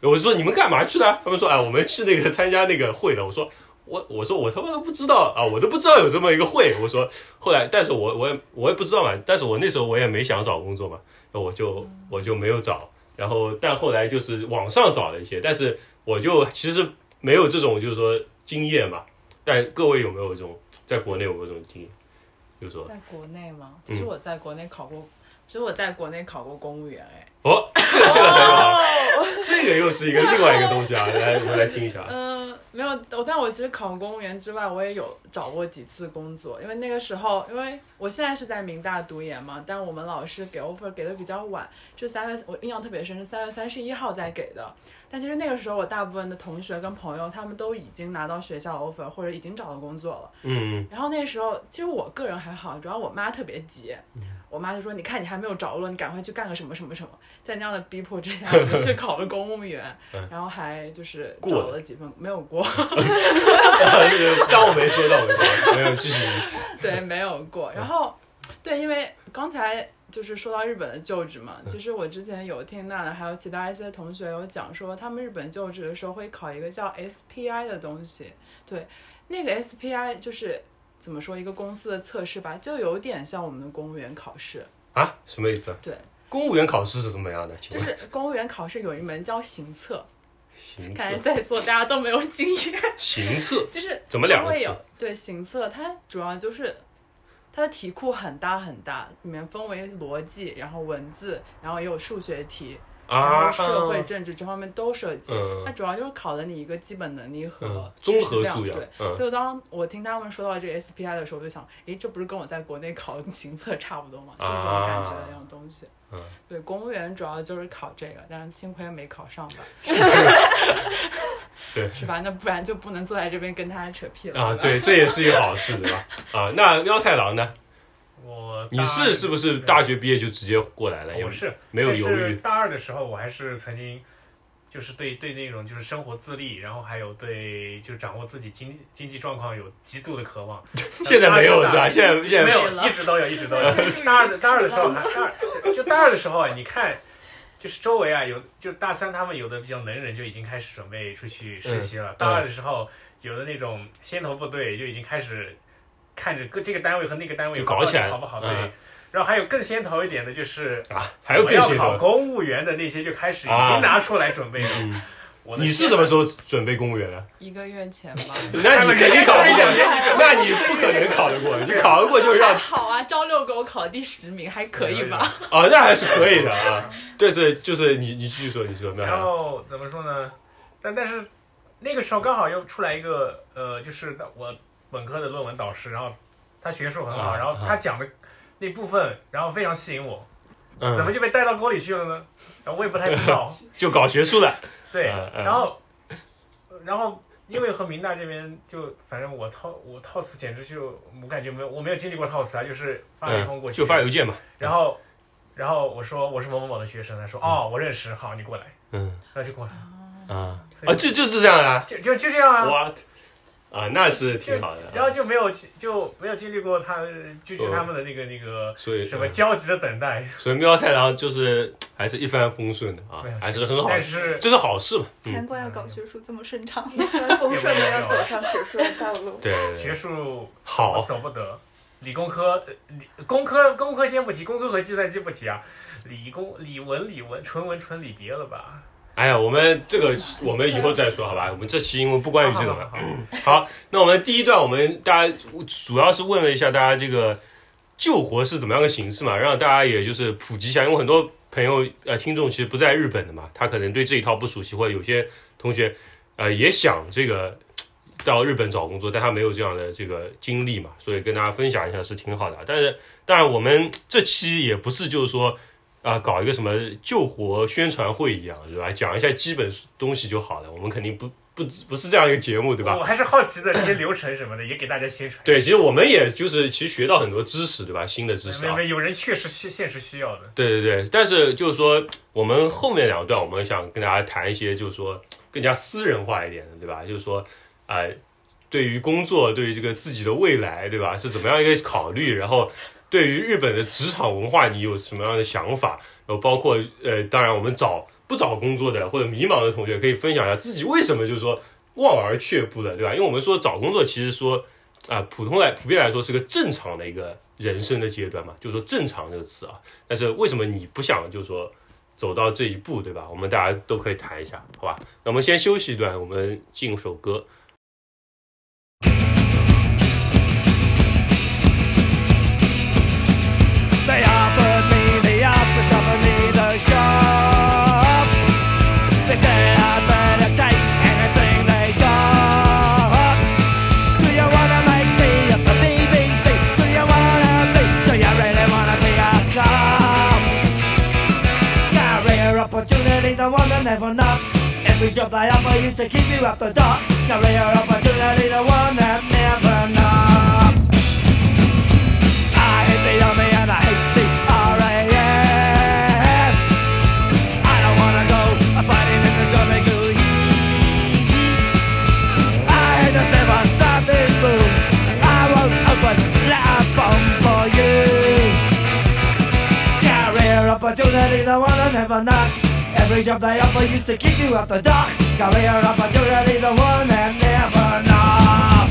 Speaker 1: 我就说你们干嘛去的啊？他们说哎，我们去那个参加那个会的。我说我我说我他妈都不知道啊，我都不知道有这么一个会。我说后来，但是我我也我也不知道嘛，但是我那时候我也没想找工作嘛，那我就我就没有找。然后但后来就是网上找了一些，但是我就其实没有这种就是说经验嘛。但各位有没有这种在国内有没有这种经验？就是说
Speaker 5: 在国内吗？其
Speaker 1: 嗯
Speaker 5: 实我在国内考过，其实我在国内考过公务员，哎，
Speaker 1: 哦，这个这个很好，这个又是一个另外一个东西啊。来，我们来听一下。
Speaker 5: 嗯，没有，我但我其实考公务员之外，我也有找过几次工作，因为那个时候，因为我现在是在明大读研嘛，但我们老师给 offer 给的比较晚，是三月，我印象特别深，是三月三十一号才给的。但其实那个时候，我大部分的同学跟朋友，他们都已经拿到学校 offer 或者已经找到工作了。
Speaker 1: 嗯
Speaker 5: 然后那时候，其实我个人还好，主要我妈特别急，
Speaker 1: 嗯
Speaker 5: 我妈就说：“你看你还没有着落，你赶快去干个什么什么什么。”在那样的逼迫之下，我就去考了公 务员，然后还就是
Speaker 1: 嗯过
Speaker 5: 找
Speaker 1: 了
Speaker 5: 了几份没有 过，
Speaker 1: 嗯，当我没说到，我没说到没有继续。
Speaker 5: 对，没有过。然后，对，因为刚才就是说到日本的就职
Speaker 1: 嗯
Speaker 5: 嘛，其实我之前有听娜娜还有其他一些同学有讲说，他们日本就职的时候会考一个叫 SPI 的东西，对，那个 SPI 就是怎么说一个公司的测试吧，就有点像我们的公务员考试，
Speaker 1: 啊，什么意思啊？
Speaker 5: 对，
Speaker 1: 公务员考试是怎么样的？请
Speaker 5: 就
Speaker 1: 问
Speaker 5: 是公务员考试有一门叫行测，
Speaker 1: 行
Speaker 5: 看来
Speaker 1: 测，
Speaker 5: 在座大家都没有经验，
Speaker 1: 行测
Speaker 5: 就是
Speaker 1: 怎么两个
Speaker 5: 会
Speaker 1: 字
Speaker 5: 有？对行测，它主要就是它的题库很大很大，里面分为逻辑，然后文字，然后也有数学题，然
Speaker 1: 啊？
Speaker 5: 后社会政治这方面都涉及。它
Speaker 1: 嗯
Speaker 5: 主要就是考的你一个基本能力和
Speaker 1: 嗯，综
Speaker 5: 知识
Speaker 1: 合
Speaker 5: 量
Speaker 1: 素养
Speaker 5: 对，。
Speaker 1: 嗯
Speaker 5: 所以当我听他们说到这个 SPI 的时候，我就想，诶，这不是跟我在国内考行测差不多吗？就是这种感觉的那种东西。
Speaker 1: 啊嗯，
Speaker 5: 对，公务员主要就是考这个，但是幸亏没考上吧，
Speaker 1: 对
Speaker 5: 是吧？那不然就不能坐在这边跟大家扯屁了
Speaker 1: 啊，
Speaker 5: 吧
Speaker 1: 对，这也是一个好事，对吧？啊，那喵太郎呢？
Speaker 3: 我
Speaker 1: 你
Speaker 3: 大
Speaker 1: 是
Speaker 3: 二
Speaker 1: 是不是大学毕业就直接过来了？也
Speaker 3: 啊我是
Speaker 1: 没有
Speaker 3: 但
Speaker 1: 犹
Speaker 3: 是
Speaker 1: 豫。
Speaker 3: 大二的时候，我还是曾经就是对对那种就是生活自立，然后还有对就掌握自己经经济状况有极度的渴望。
Speaker 1: 现在没有是吧？现在现
Speaker 3: 没
Speaker 1: 在
Speaker 3: 有，一直都有，一直 都有。大二的大二的时候还啊大二就大二的时候啊，你看。就是周围啊，有就大三他们有的比较能人就已经开始准备出去实习了。
Speaker 1: 嗯
Speaker 3: 大二的时候，有的那种先头部队就已经开始看着各这个单位和那个单位
Speaker 1: 就搞起来了
Speaker 3: 好不好？对。
Speaker 1: 嗯
Speaker 3: 然后还有更先头一点的，就是
Speaker 1: 啊，还有更
Speaker 3: 我
Speaker 1: 先
Speaker 3: 要考
Speaker 1: 头。
Speaker 3: 公务员的那些就开始已经拿出来准备了。
Speaker 1: 嗯
Speaker 3: 我的
Speaker 1: 你是
Speaker 3: 天
Speaker 1: 什么时候准备公务员啊的？
Speaker 5: 一个月前吧。
Speaker 1: 那你肯定考不过，那你不可能考得过，你考得过就是让
Speaker 5: 还好啊，招六给我考第十名，还可以吧？
Speaker 1: 啊，那还是可以的 啊。对，是就是你你继续说，你说喵太
Speaker 3: 然
Speaker 1: 郎。
Speaker 3: 后怎么说呢？但但是那个时候刚好又出来一个呃，就是我本科的论文导师，然后他学术很好，
Speaker 1: 啊
Speaker 3: 然后他讲的那部分，然后非常吸引我，怎么
Speaker 1: 嗯，
Speaker 3: 就被带到锅里去了呢？然后我也不太知 道，
Speaker 1: 就搞学术的，
Speaker 3: 对，
Speaker 1: 嗯嗯
Speaker 3: 然后然后。因为和明大这边就，反正我套我套词简直就，我感觉没有我没有经历过套词啊，就是发了一封
Speaker 1: 嗯，
Speaker 3: 过去，
Speaker 1: 就发邮件嘛。
Speaker 3: 然后，然后我说我是某某某的学生，他说哦，我认识，好，你过来，
Speaker 1: 嗯
Speaker 3: 那就过来，
Speaker 1: 啊啊，就就是这样啊
Speaker 3: 就就就这样嗯啊。
Speaker 1: ，what 啊，那是挺好的。啊
Speaker 3: 然后就没有就没有经历过他拒
Speaker 1: 嗯
Speaker 3: 绝他们的那个那个
Speaker 1: 所以嗯
Speaker 3: 什么焦急的等待，
Speaker 1: 所以喵太郎就是还是一帆风顺的啊
Speaker 3: 对，
Speaker 1: 还是很好
Speaker 3: 但
Speaker 1: 的，
Speaker 3: 是
Speaker 1: 这是好事嘛。嗯
Speaker 4: 难，怪要搞学术这么顺畅。
Speaker 2: 风顺的要走上学术的道路。
Speaker 1: 对对
Speaker 3: 学
Speaker 1: 对，
Speaker 3: 术
Speaker 1: 好
Speaker 3: 我。走不得。理工科，呃理工科，工科先不提，工科和计算机不提啊。理工、理文、理文、纯文、纯理，别了吧。
Speaker 1: 哎呀，我们这个我们以后再说好吧？我们这期因为不关于这种
Speaker 3: 好
Speaker 1: 了。
Speaker 3: 好好好
Speaker 1: 好，那我们第一段我们大家主要是问了一下大家这个救活是怎么样的形式嘛，让大家也就是普及一下，因为很多朋友呃听众其实不在日本的嘛，他可能对这一套不熟悉，或者有些同学呃也想这个呃到日本找工作，但他没有这样的这个经历嘛，所以跟大家分享一下是挺好的啊。但是当然我们这期也不是就是说啊、搞一个什么救活宣传会一样，对吧？讲一下基本东西就好了，我们肯定不不不是这样一个节目，对吧？
Speaker 3: 我还是好奇的，这些流程什么的也给大家宣传。
Speaker 1: 对，其实我们也就是其实学到很多知识，对吧？新的知识
Speaker 3: 没有
Speaker 1: 啊
Speaker 3: 没，有，有人确实需现实需要的。
Speaker 1: 对对对。但是就是说，我们后面两段我们想跟大家谈一些，就是说更加私人化一点的，对吧？就是说，呃，对于工作，对于这个自己的未来，对吧？是怎么样一个考虑？然后对于日本的职场文化，你有什么样的想法？然后包括呃，当然我们找不找工作的或者迷茫的同学，可以分享一下自己为什么就是说望而却步的，对吧？因为我们说找工作，其实说啊、普通来普遍来说是个正常的一个人生的阶段嘛，就是说“正常”这个词啊。但是为什么你不想就是说走到这一步，对吧？我们大家都可以谈一下，好吧？那我们先休息一段，我们进首歌。
Speaker 6: They offered me the office, offered me the shop. They said I'd better take anything they got. Do you wanna make tea at the BBC? Do you wanna be? Do you really wanna be a cop? Career opportunity, the one that never knocked. Every job they offer used to keep you up the dock. Career opportunity, the one that never knocked. I hate the army and I hate the RAF. I don't wanna go a fighting in the jungle. I hate the seven savage blue. I won't open that bomb for you. Career opportunity, the one I never knock. Every job they offer used to keep you off the dock. Career opportunity, the one that never knock.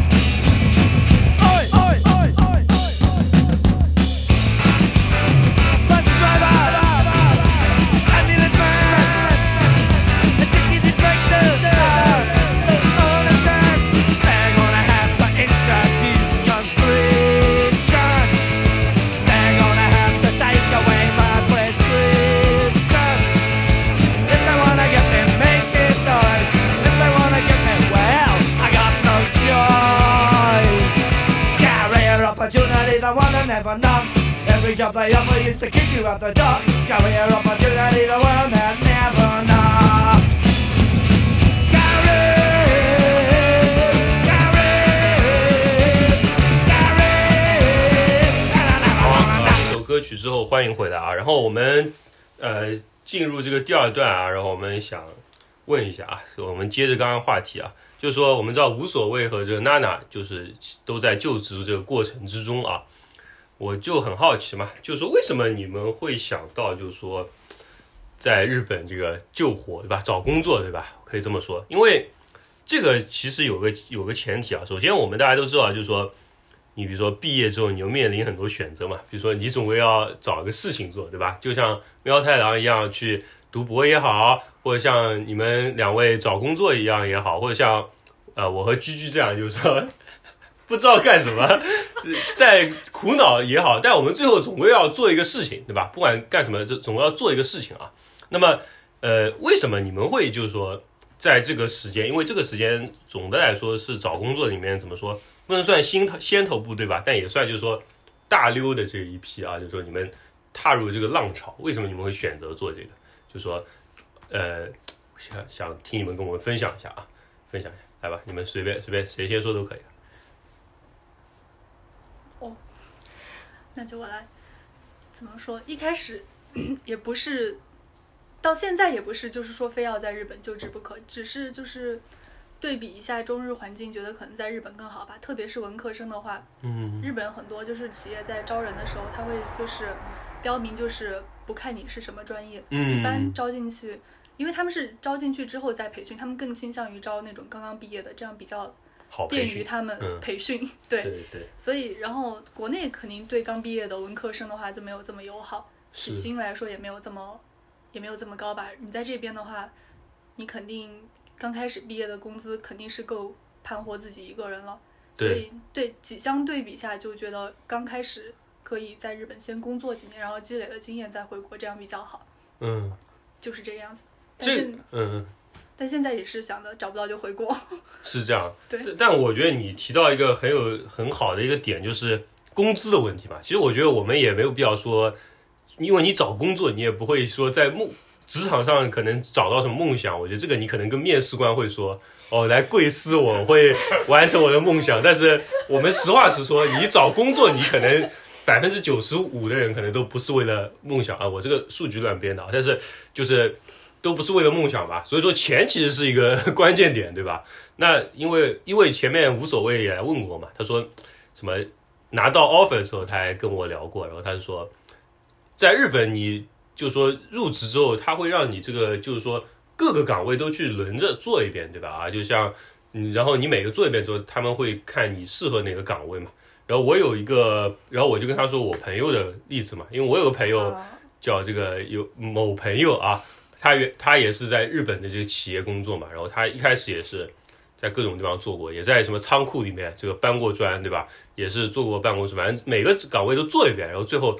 Speaker 6: Oi, oi, oi, oi, oi, oi. But driver, ambulance man, the ticket is break the all of them. They're gonna have to introduce conscription. They're gonna have to take away my prescription. If they wanna get me making toys, if they wanna get me well, I got no choice. Career opportunity, the one I never knocked. Every job they offer used to kick you out the door. Career opportunity, the one that never knocked. Career, career, career, and I never
Speaker 1: 好啊，
Speaker 6: wanna
Speaker 1: 啊一首歌曲之后欢迎回来啊。然后我们呃进入这个第二段啊，然后我们想问一下啊，我们接着刚刚话题啊，就是说我们知道无所谓和这个娜娜就是都在就职这个过程之中啊，我就很好奇嘛，就是说为什么你们会想到就是说在日本这个救火对吧，找工作对吧，可以这么说，因为这个其实有个有个前提啊，首先我们大家都知道就是说。你比如说毕业之后，你就面临很多选择嘛，比如说你总归要找个事情做，对吧？就像喵太郎一样去读博也好，或者像你们两位找工作一样也好，或者像呃我和居居这样，就是说 不知道干什么，在苦恼也好，但我们最后总归要做一个事情，对吧？不管干什么，就总要做一个事情啊。那么呃，为什么你们会就是说在这个时间，因为这个时间总的来说是找工作里面怎么说？不能算新头先头部对吧？但也算就是说大溜的这一批啊，就是说你们踏入这个浪潮，为什么你们会选择做这个？就说呃，想想听你们跟我们分享一下啊，分享一下，来吧，你们随便随便谁先说都可以。
Speaker 4: 那就我来，怎么说？一开始 也不是，到现在也不是，就是说非要在日本就职不可，只是就是对比一下中日环境，觉得可能在日本更好吧。特别是文科生的话，
Speaker 1: 嗯
Speaker 4: 日本很多就是企业在招人的时候，他会就是标明就是不看你是什么专业，
Speaker 1: 嗯
Speaker 4: 一般招进去，因为他们是招进去之后再培训，他们更倾向于招那种刚刚毕业的，这样比较
Speaker 1: 好培
Speaker 4: 便于
Speaker 1: 训，
Speaker 4: 他们
Speaker 1: 嗯
Speaker 4: 培训。
Speaker 1: 对对对，
Speaker 4: 所以，然后国内肯定对刚毕业的文科生的话就没有这么友好，起
Speaker 1: 是
Speaker 4: 薪来说也没有这么也没有这么高吧。你在这边的话，你肯定刚开始毕业的工资肯定是够盘活自己一个人了。所
Speaker 1: 对
Speaker 4: 以对几相对比下，就觉得刚开始可以在日本先工作几年，然后积累了经验再回国，这样比较好，
Speaker 1: 嗯，
Speaker 4: 就是这个样子。但
Speaker 1: 这
Speaker 4: 是
Speaker 1: 嗯。
Speaker 4: 但现在也是想着找不到就回国，
Speaker 1: 是这样，
Speaker 4: 对
Speaker 1: 但。但我觉得你提到一个很有很好的一个点，就是工资的问题嘛。其实我觉得我们也没有必要说，因为你找工作，你也不会说在梦职场上可能找到什么梦想。我觉得这个你可能跟面试官会说，哦，来贵司我会完成我的梦想。 但是我们实话实说，你找工作，你可能。百分之九十五的人可能都不是为了梦想啊，我这个数据乱编的啊，但是就是都不是为了梦想吧，所以说钱其实是一个 关键点，对吧？那因为因为前面无所谓也来问过嘛，他说什么拿到 offer 的时候，他还跟我聊过，然后他就说，在日本你就说入职之后，他会让你这个就是说各个岗位都去轮着做一遍，对吧？啊，就像嗯，然后你每个做一遍之后，他们会看你适合哪个岗位嘛。然后我有一个，然后我就跟他说我朋友的例子嘛，因为我有个朋友
Speaker 4: 啊
Speaker 1: 叫这个有某朋友啊，他原他也是在日本的这个企业工作嘛，然后他一开始也是在各种地方做过，也在什么仓库里面这个搬过砖，对吧？也是做过办公室，反正每个岗位都做一遍，然后最后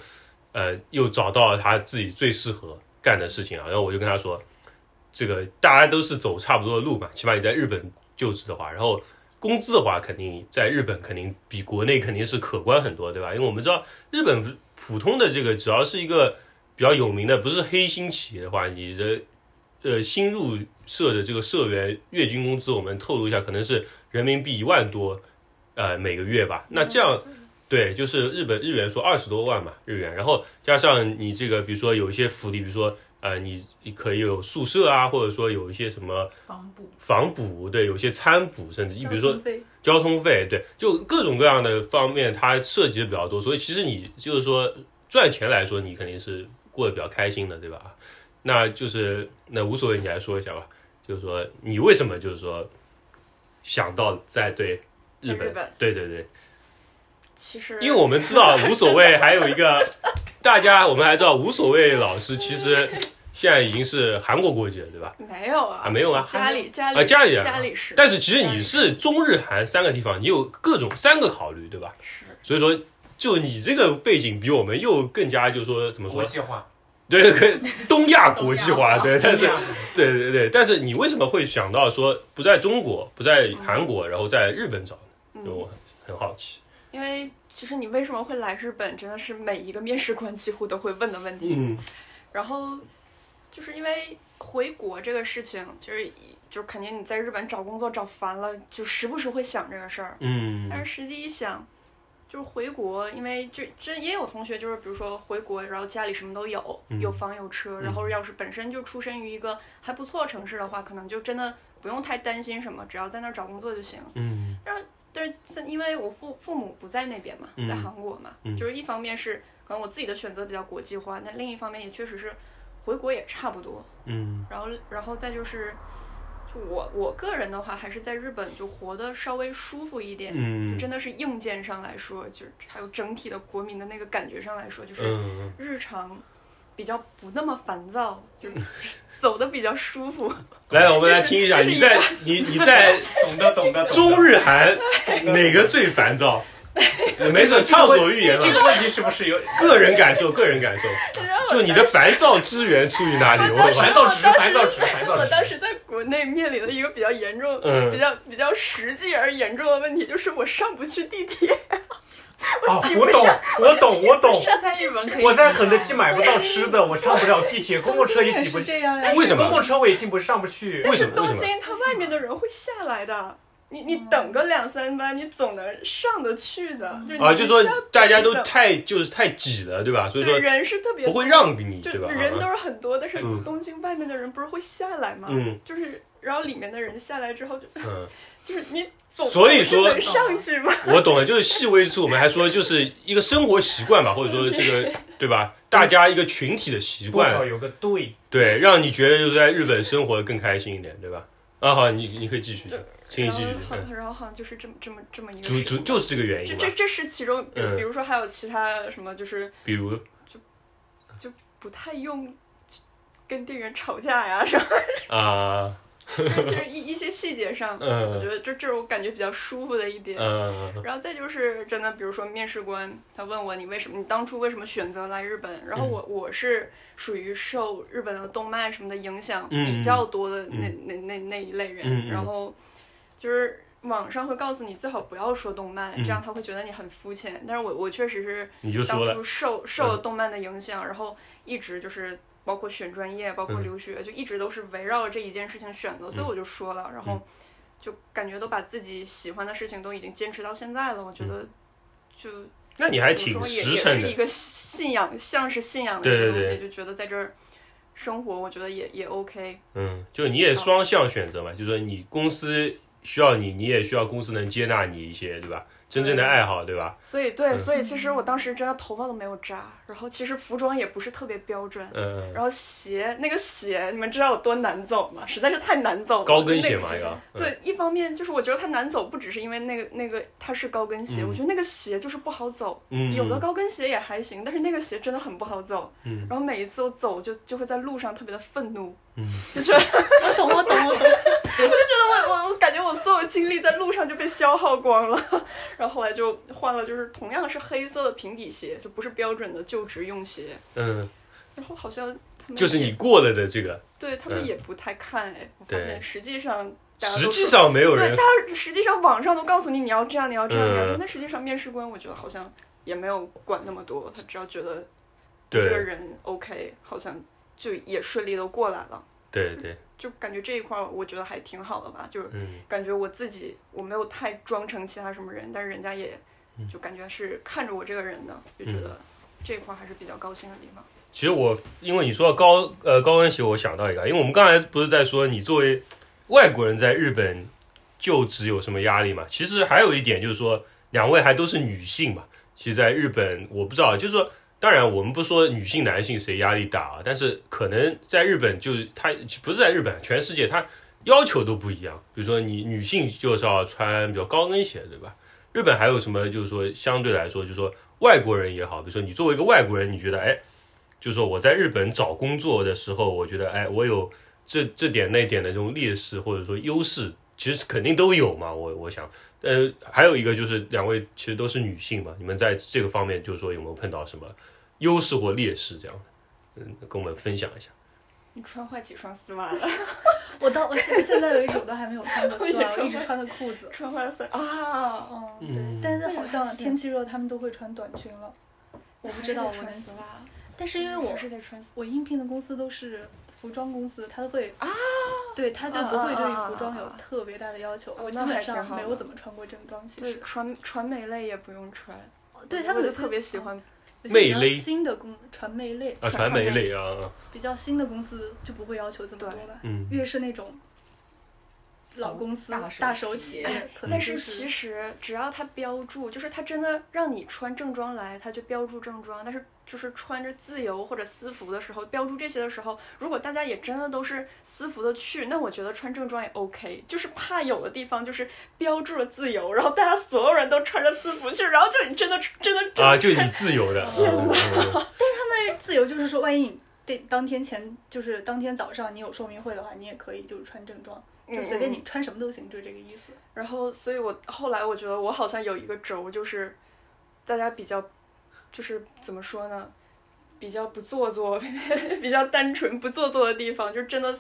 Speaker 1: 呃又找到了他自己最适合干的事情啊。然后我就跟他说，这个大家都是走差不多的路嘛，起码你在日本就职的话，然后工资的话，肯定在日本肯定比国内肯定是可观很多，对吧？因为我们知道日本普通的这个只要是一个比较有名的，不是黑心企业的话，你的呃新入社的这个社员月均工资，我们透露一下，可能是人民币一万多，呃每个月吧。那这样。对，就是日本日元说二十多万嘛，日元，然后加上你这个，比如说有一些福利，比如说呃，你你可以有宿舍啊，或者说有一些什么
Speaker 5: 防补
Speaker 1: 房补，对，有些餐补，甚至你比如 说
Speaker 4: 交通费
Speaker 1: 交通费，对，就各种各样的方面，它涉及的比较多，所以其实你就是说赚钱来说，你肯定是过得比较开心的，对吧？那就是那无所谓，你来说一下吧，就是说你为什么就是说想到在对日
Speaker 2: 在
Speaker 1: 本，
Speaker 2: 日本
Speaker 1: 对对对，
Speaker 2: 其实
Speaker 1: 因为我们知道无所谓，还有一个大家我们还知道无所谓老师其实现在已经是韩国国籍了，对吧？
Speaker 2: 没有啊，
Speaker 1: 啊，没有啊，
Speaker 2: 家里家里
Speaker 1: 啊家里人
Speaker 2: 家里是，
Speaker 1: 但是其实你是中日韩三个地方，你有各种三个考虑，对吧？
Speaker 2: 是
Speaker 1: 所以说，就你这个背景比我们又更加就是说怎么
Speaker 3: 国
Speaker 1: 说？
Speaker 3: 际化，
Speaker 1: 对，可以东亚国际化，对，但是
Speaker 3: 这样
Speaker 1: 对对对，但是你为什么会想到说不在中国，不在韩国，然后在日本找呢？就我很好奇。
Speaker 2: 嗯因为其实你为什么会来日本，真的是每一个面试官几乎都会问的问题。
Speaker 1: 嗯
Speaker 2: 然后就是因为回国这个事情，就是就是肯定你在日本找工作找烦了，就时不时会想这个事儿。
Speaker 1: 嗯
Speaker 2: 但是实际一想，就是回国，因为就真也有同学就是比如说回国，然后家里什么都有，
Speaker 1: 嗯
Speaker 2: 有房有车，然后要是本身就出身于一个还不错的城市的话，可能就真的不用太担心什么，只要在那儿找工作就行。
Speaker 1: 嗯
Speaker 2: 但是像因为我父父母不在那边嘛，
Speaker 1: 嗯
Speaker 2: 在韩国嘛，
Speaker 1: 嗯
Speaker 2: 就是一方面是可能我自己的选择比较国际化，那另一方面也确实是回国也差不多。
Speaker 1: 嗯
Speaker 2: 然后，然后再就是，就我我个人的话，还是在日本就活得稍微舒服一点。
Speaker 1: 嗯
Speaker 2: 真的是硬件上来说，就是还有整体的国民的那个感觉上来说，就是
Speaker 1: 嗯
Speaker 2: 日常比较不那么烦躁，就是
Speaker 1: 嗯
Speaker 2: 走的比较舒服。
Speaker 1: 来，我们来听一下，你在你你在
Speaker 3: 懂得懂得懂得
Speaker 1: 中日韩哪个最烦躁？ 没事，畅所欲言
Speaker 3: 这
Speaker 1: 嘛。
Speaker 3: 个问题是不是有
Speaker 1: 个人感受，个人感受，就你的烦躁之源出于哪里？ 我
Speaker 3: 烦
Speaker 1: 问
Speaker 3: 躁值？烦躁值？烦躁
Speaker 2: 我
Speaker 3: 值？
Speaker 2: 当时在国内面临的一个比较严重、
Speaker 1: 嗯
Speaker 2: 比较比较实际而严重的问题，就是我上不去地铁，
Speaker 3: 啊，我懂，我懂，我懂。
Speaker 5: 在日本可 以，
Speaker 3: 我在肯德基买不到吃的，我上不了地铁，公共车也
Speaker 4: 也
Speaker 3: 挤不
Speaker 4: 是。这样呀。哎
Speaker 1: 为什么
Speaker 3: 公共车我也进不上不去。
Speaker 1: 为什么？为
Speaker 2: 东
Speaker 1: 什么？啊
Speaker 2: 京它外面的人会下来的。你你等个两三班，你总能上得去的。就你
Speaker 1: 啊，就说
Speaker 2: 你要等
Speaker 1: 大家都
Speaker 2: 一等
Speaker 1: 太就是太挤了，对吧？所以
Speaker 2: 对
Speaker 1: 说
Speaker 2: 人是特别
Speaker 1: 不会让给你，
Speaker 2: 就
Speaker 1: 对吧？
Speaker 2: 人都是很多，但是
Speaker 1: 嗯
Speaker 2: 东京外面的人不是会下来吗？
Speaker 1: 嗯
Speaker 2: 就是然后里面的人下来之后就
Speaker 1: 嗯，
Speaker 2: 就是你总
Speaker 1: 所以说
Speaker 2: 不能上去吗？
Speaker 1: 我懂了，就是细微处，我们还说就是一个生活习惯吧，或者说这个对吧？大家一个群体的习
Speaker 3: 多少
Speaker 1: 惯，
Speaker 3: 有个对，
Speaker 1: 对，让你觉得就是在日本生活得更开心一点，对吧？啊，好，你你可以继续，请你
Speaker 2: 然
Speaker 1: 继
Speaker 2: 后
Speaker 1: 续。
Speaker 2: 好
Speaker 1: 嗯，
Speaker 2: 然后好像就是这么这么这么一个
Speaker 1: 主
Speaker 2: 事
Speaker 1: 主
Speaker 2: 情。
Speaker 1: 就是这个原
Speaker 2: 这
Speaker 1: 因
Speaker 2: 这
Speaker 1: 吧。
Speaker 2: 这是其中，比如
Speaker 1: 嗯
Speaker 2: 比如说还有其他什么，就是
Speaker 1: 比如
Speaker 2: 不太用跟店员吵架呀什么，
Speaker 1: 啊，
Speaker 2: 就是一一些细节上，我
Speaker 1: 嗯
Speaker 2: 觉得这这是我感觉比较舒服的一点。
Speaker 1: 嗯
Speaker 2: 然后再就是真的，比如说面试官他问我你为什么你当初为什么选择来日本，
Speaker 1: 嗯
Speaker 2: 然后我我是属于受日本的动漫什么的影响
Speaker 1: 嗯
Speaker 2: 比较多的那、那那那一类人，
Speaker 1: 嗯嗯
Speaker 2: 然后就是网上会告诉你最好不要说动漫，
Speaker 1: 嗯
Speaker 2: 这样他会觉得你很肤浅，但是我我确实是
Speaker 1: 你就
Speaker 2: 当
Speaker 1: 说嗯了，
Speaker 2: 初受受了动漫的影响，然后一直就是包括选专业，包括
Speaker 1: 嗯
Speaker 2: 留学，就一直都是围绕着这一件事情选的，所以我就说了，然后
Speaker 1: 嗯
Speaker 2: 就感觉都把自己喜欢的事情都已经坚持到现在了，我觉得就
Speaker 1: 嗯那你还
Speaker 2: 怎
Speaker 1: 挺
Speaker 2: 么说也
Speaker 1: 实
Speaker 2: 也
Speaker 1: 诚
Speaker 2: 是一
Speaker 1: 的。
Speaker 2: 个信仰，像是信仰的
Speaker 1: 对
Speaker 2: 一
Speaker 1: 对
Speaker 2: 个东
Speaker 1: 对
Speaker 2: 西，就觉得在这儿生活，我觉得也也 OK，
Speaker 1: 嗯，就你也双向选择嘛，就说你公司需要你，你也需要公司能接纳你一些，对吧？真正的爱好，对吧？
Speaker 2: 所以对，
Speaker 1: 嗯
Speaker 2: 所以其实我当时真的头发都没有扎，然后其实服装也不是特别标准，
Speaker 1: 嗯，嗯
Speaker 2: 然后鞋那个鞋，你们知道有多难走吗？实在是太难走了，
Speaker 1: 高跟
Speaker 2: 就那
Speaker 1: 鞋
Speaker 2: 个
Speaker 1: 嘛，要嗯
Speaker 2: 对，一方面就是我觉得它难走，不只是因为那个那个它是高跟鞋，
Speaker 1: 嗯
Speaker 2: 我觉得那个鞋就是不好走。
Speaker 1: 嗯，
Speaker 2: 有的高跟鞋也还行，但是那个鞋真的很不好走。
Speaker 1: 嗯
Speaker 2: 然后每一次我走就就会在路上特别的愤怒，
Speaker 1: 嗯
Speaker 2: 就觉得
Speaker 4: 我懂，我懂，我懂。
Speaker 2: 我我我感觉我所有精力在路上就被消耗光了。 然后后来就换了，就是同样是黑色的平底鞋，就不是标准的就职用鞋。
Speaker 1: 嗯，
Speaker 2: 然后好像他们
Speaker 1: 就是
Speaker 2: 也
Speaker 1: 你过了的这个，
Speaker 2: 对他们
Speaker 1: 嗯
Speaker 2: 也不太看哎，我发
Speaker 1: 对
Speaker 2: 现实际上大家都
Speaker 1: 实际
Speaker 2: 说
Speaker 1: 上没有人
Speaker 2: 对，他实际上网上都告诉你你要这样，你要这样，你要这样
Speaker 1: 嗯。
Speaker 2: 但实际上面试官我觉得好像也没有管那么多，他只要觉得这个
Speaker 1: 对
Speaker 2: 人 OK，好像就也顺利的过来了。
Speaker 1: 对对，
Speaker 2: 就感觉这一块儿我觉得还挺好的吧，就是
Speaker 1: 嗯
Speaker 2: 感觉我自己我没有太装成其他什么人，但是人家也
Speaker 1: 嗯
Speaker 2: 就感觉是看着我这个人的，就觉得这一块儿还是比较高兴的地方。
Speaker 1: 其实我因为你说到高呃高跟鞋，我想到一个，因为我们刚才不是在说你作为外国人在日本就职有什么压力嘛？其实还有一点就是说，两位还都是女性嘛。其实，在日本我不知道，就是说，当然我们不说女性男性谁压力大啊，但是可能在日本就是他不是在日本，全世界他要求都不一样。比如说你女性就是要穿比较高跟鞋，对吧？日本还有什么就是说相对来说，就是说外国人也好，比如说你作为一个外国人，你觉得哎。就是说我在日本找工作的时候，我觉得哎，我有这这点那点的这种劣势或者说优势，其实肯定都有嘛。我我想，呃，还有一个就是两位其实都是女性嘛，你们在这个方面就是说有没有碰到什么优势或劣势这样的？嗯，跟我们分享一下。
Speaker 2: 你穿坏几双丝袜了？
Speaker 4: 我到我现现在为止我都还没有穿过
Speaker 2: 我也
Speaker 4: 丝
Speaker 2: 穿
Speaker 4: 袜，
Speaker 2: 过
Speaker 4: 我一直穿的裤子。
Speaker 2: 穿坏了丝啊！
Speaker 4: 嗯，
Speaker 1: 嗯
Speaker 4: 对，但是好像
Speaker 2: 是
Speaker 4: 天气热，他们都会穿短裙了。我不知道
Speaker 2: 还
Speaker 4: 我
Speaker 2: 是得穿
Speaker 4: 能
Speaker 2: 丝，袜，
Speaker 4: 但是因为我
Speaker 2: 嗯还是得穿丝袜。
Speaker 4: 我应聘的公司都是服装公司，他都会啊，对，他
Speaker 2: 啊
Speaker 4: 就不会对服装有特别大的要求。
Speaker 2: 哦
Speaker 4: 我基
Speaker 2: 那还
Speaker 4: 本
Speaker 2: 挺
Speaker 4: 上
Speaker 2: 好
Speaker 4: 没有
Speaker 2: 的
Speaker 4: 怎么穿过正装，其
Speaker 2: 对
Speaker 4: 实
Speaker 2: 传传媒类也不用穿，
Speaker 4: 对他们
Speaker 2: 我
Speaker 4: 有
Speaker 2: 就
Speaker 4: 些
Speaker 2: 特别喜，欢
Speaker 4: 有些比
Speaker 1: 魅
Speaker 4: 较
Speaker 1: 勒
Speaker 4: 新的公传媒类
Speaker 1: 啊，传媒类啊，
Speaker 4: 比较新的公司就不会要求这么多
Speaker 2: 对
Speaker 4: 吧。
Speaker 1: 嗯
Speaker 4: 越是那种老公司、
Speaker 5: 大手
Speaker 4: 大手
Speaker 5: 企
Speaker 4: 企
Speaker 5: 业
Speaker 4: 业，可能
Speaker 2: 但
Speaker 4: 就是
Speaker 2: 哎其实只要他标注，就是他真的让你穿正装来，他就标注正装。但是就是穿着自由或者私服的时候，标注这些的时候，如果大家也真的都是私服的去，那我觉得穿正装也 OK。就是怕有的地方就是标注了自由，然后大家所有人都穿着私服去，然后就你真的真的真的
Speaker 1: 啊，就你自由的，嗯嗯
Speaker 4: 自由就是说，万一你得当天前就是当天早上你有说明会的话，你也可以就是穿正装，就随便
Speaker 2: 嗯
Speaker 4: 你穿什么都行，就是这个意思。
Speaker 2: 然后，所以我后来我觉得我好像有一个轴，就是大家比较，就是怎么说呢，比较不做作， 比较单纯不做作的地方，就真的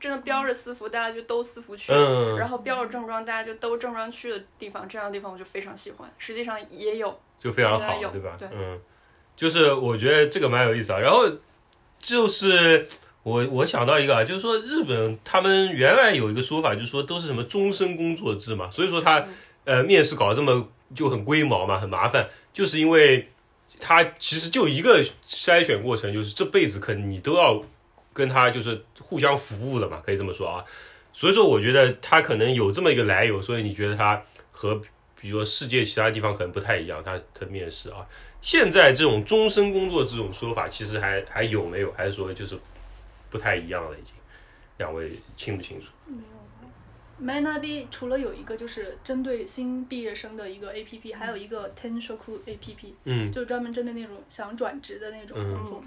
Speaker 2: 真的标着私服，大家就都私服去。
Speaker 1: 嗯，嗯
Speaker 2: 然后标着正装，大家就都正装去的地方，这样的地方我就非常喜欢。实际上也有，
Speaker 1: 就非常
Speaker 2: 当
Speaker 1: 好
Speaker 2: 然有，
Speaker 1: 吧
Speaker 2: 对？
Speaker 1: 嗯，就是我觉得这个蛮有意思啊。然后就是我我想到一个啊，就是说日本他们原来有一个说法，就是说都是什么终身工作制嘛，所以说
Speaker 2: 嗯
Speaker 1: 他呃面试搞得这么就很龟毛嘛，很麻烦，就是因为他其实就一个筛选过程，就是这辈子可能你都要跟他就是互相服务了嘛，可以这么说啊。所以说，我觉得他可能有这么一个来由，所以你觉得他和比如说世界其他地方可能不太一样，他他面试啊。现在这种终身工作这种说法，其实还还有没有？还是说就是不太一样了？已经，两位清不清楚？
Speaker 4: m a n a b 除了有一个就是针对新毕业生的一个 APP，还有一个 Tenshoku APP，
Speaker 1: 嗯
Speaker 4: 就是专门针对那种想转职的那种
Speaker 1: 嗯
Speaker 4: 工作。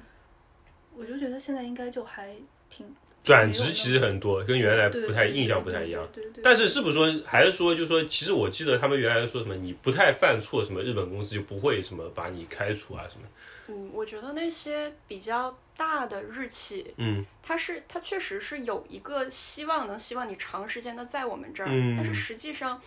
Speaker 4: 我就觉得现在应该就还挺
Speaker 1: 转职其实很多，跟原来不太印象不太一样。。
Speaker 4: 对对对对对对
Speaker 1: 但是是不是说，还是说，就是说，其实我记得他们原来说什么，你不太犯错，什么日本公司就不会什么把你开除啊什么。
Speaker 2: 嗯，我觉得那些比较大的日企，
Speaker 1: 嗯
Speaker 2: 它是它确实是有一个希望能希望你长时间的在我们这儿，
Speaker 1: 嗯
Speaker 2: 但是实际上。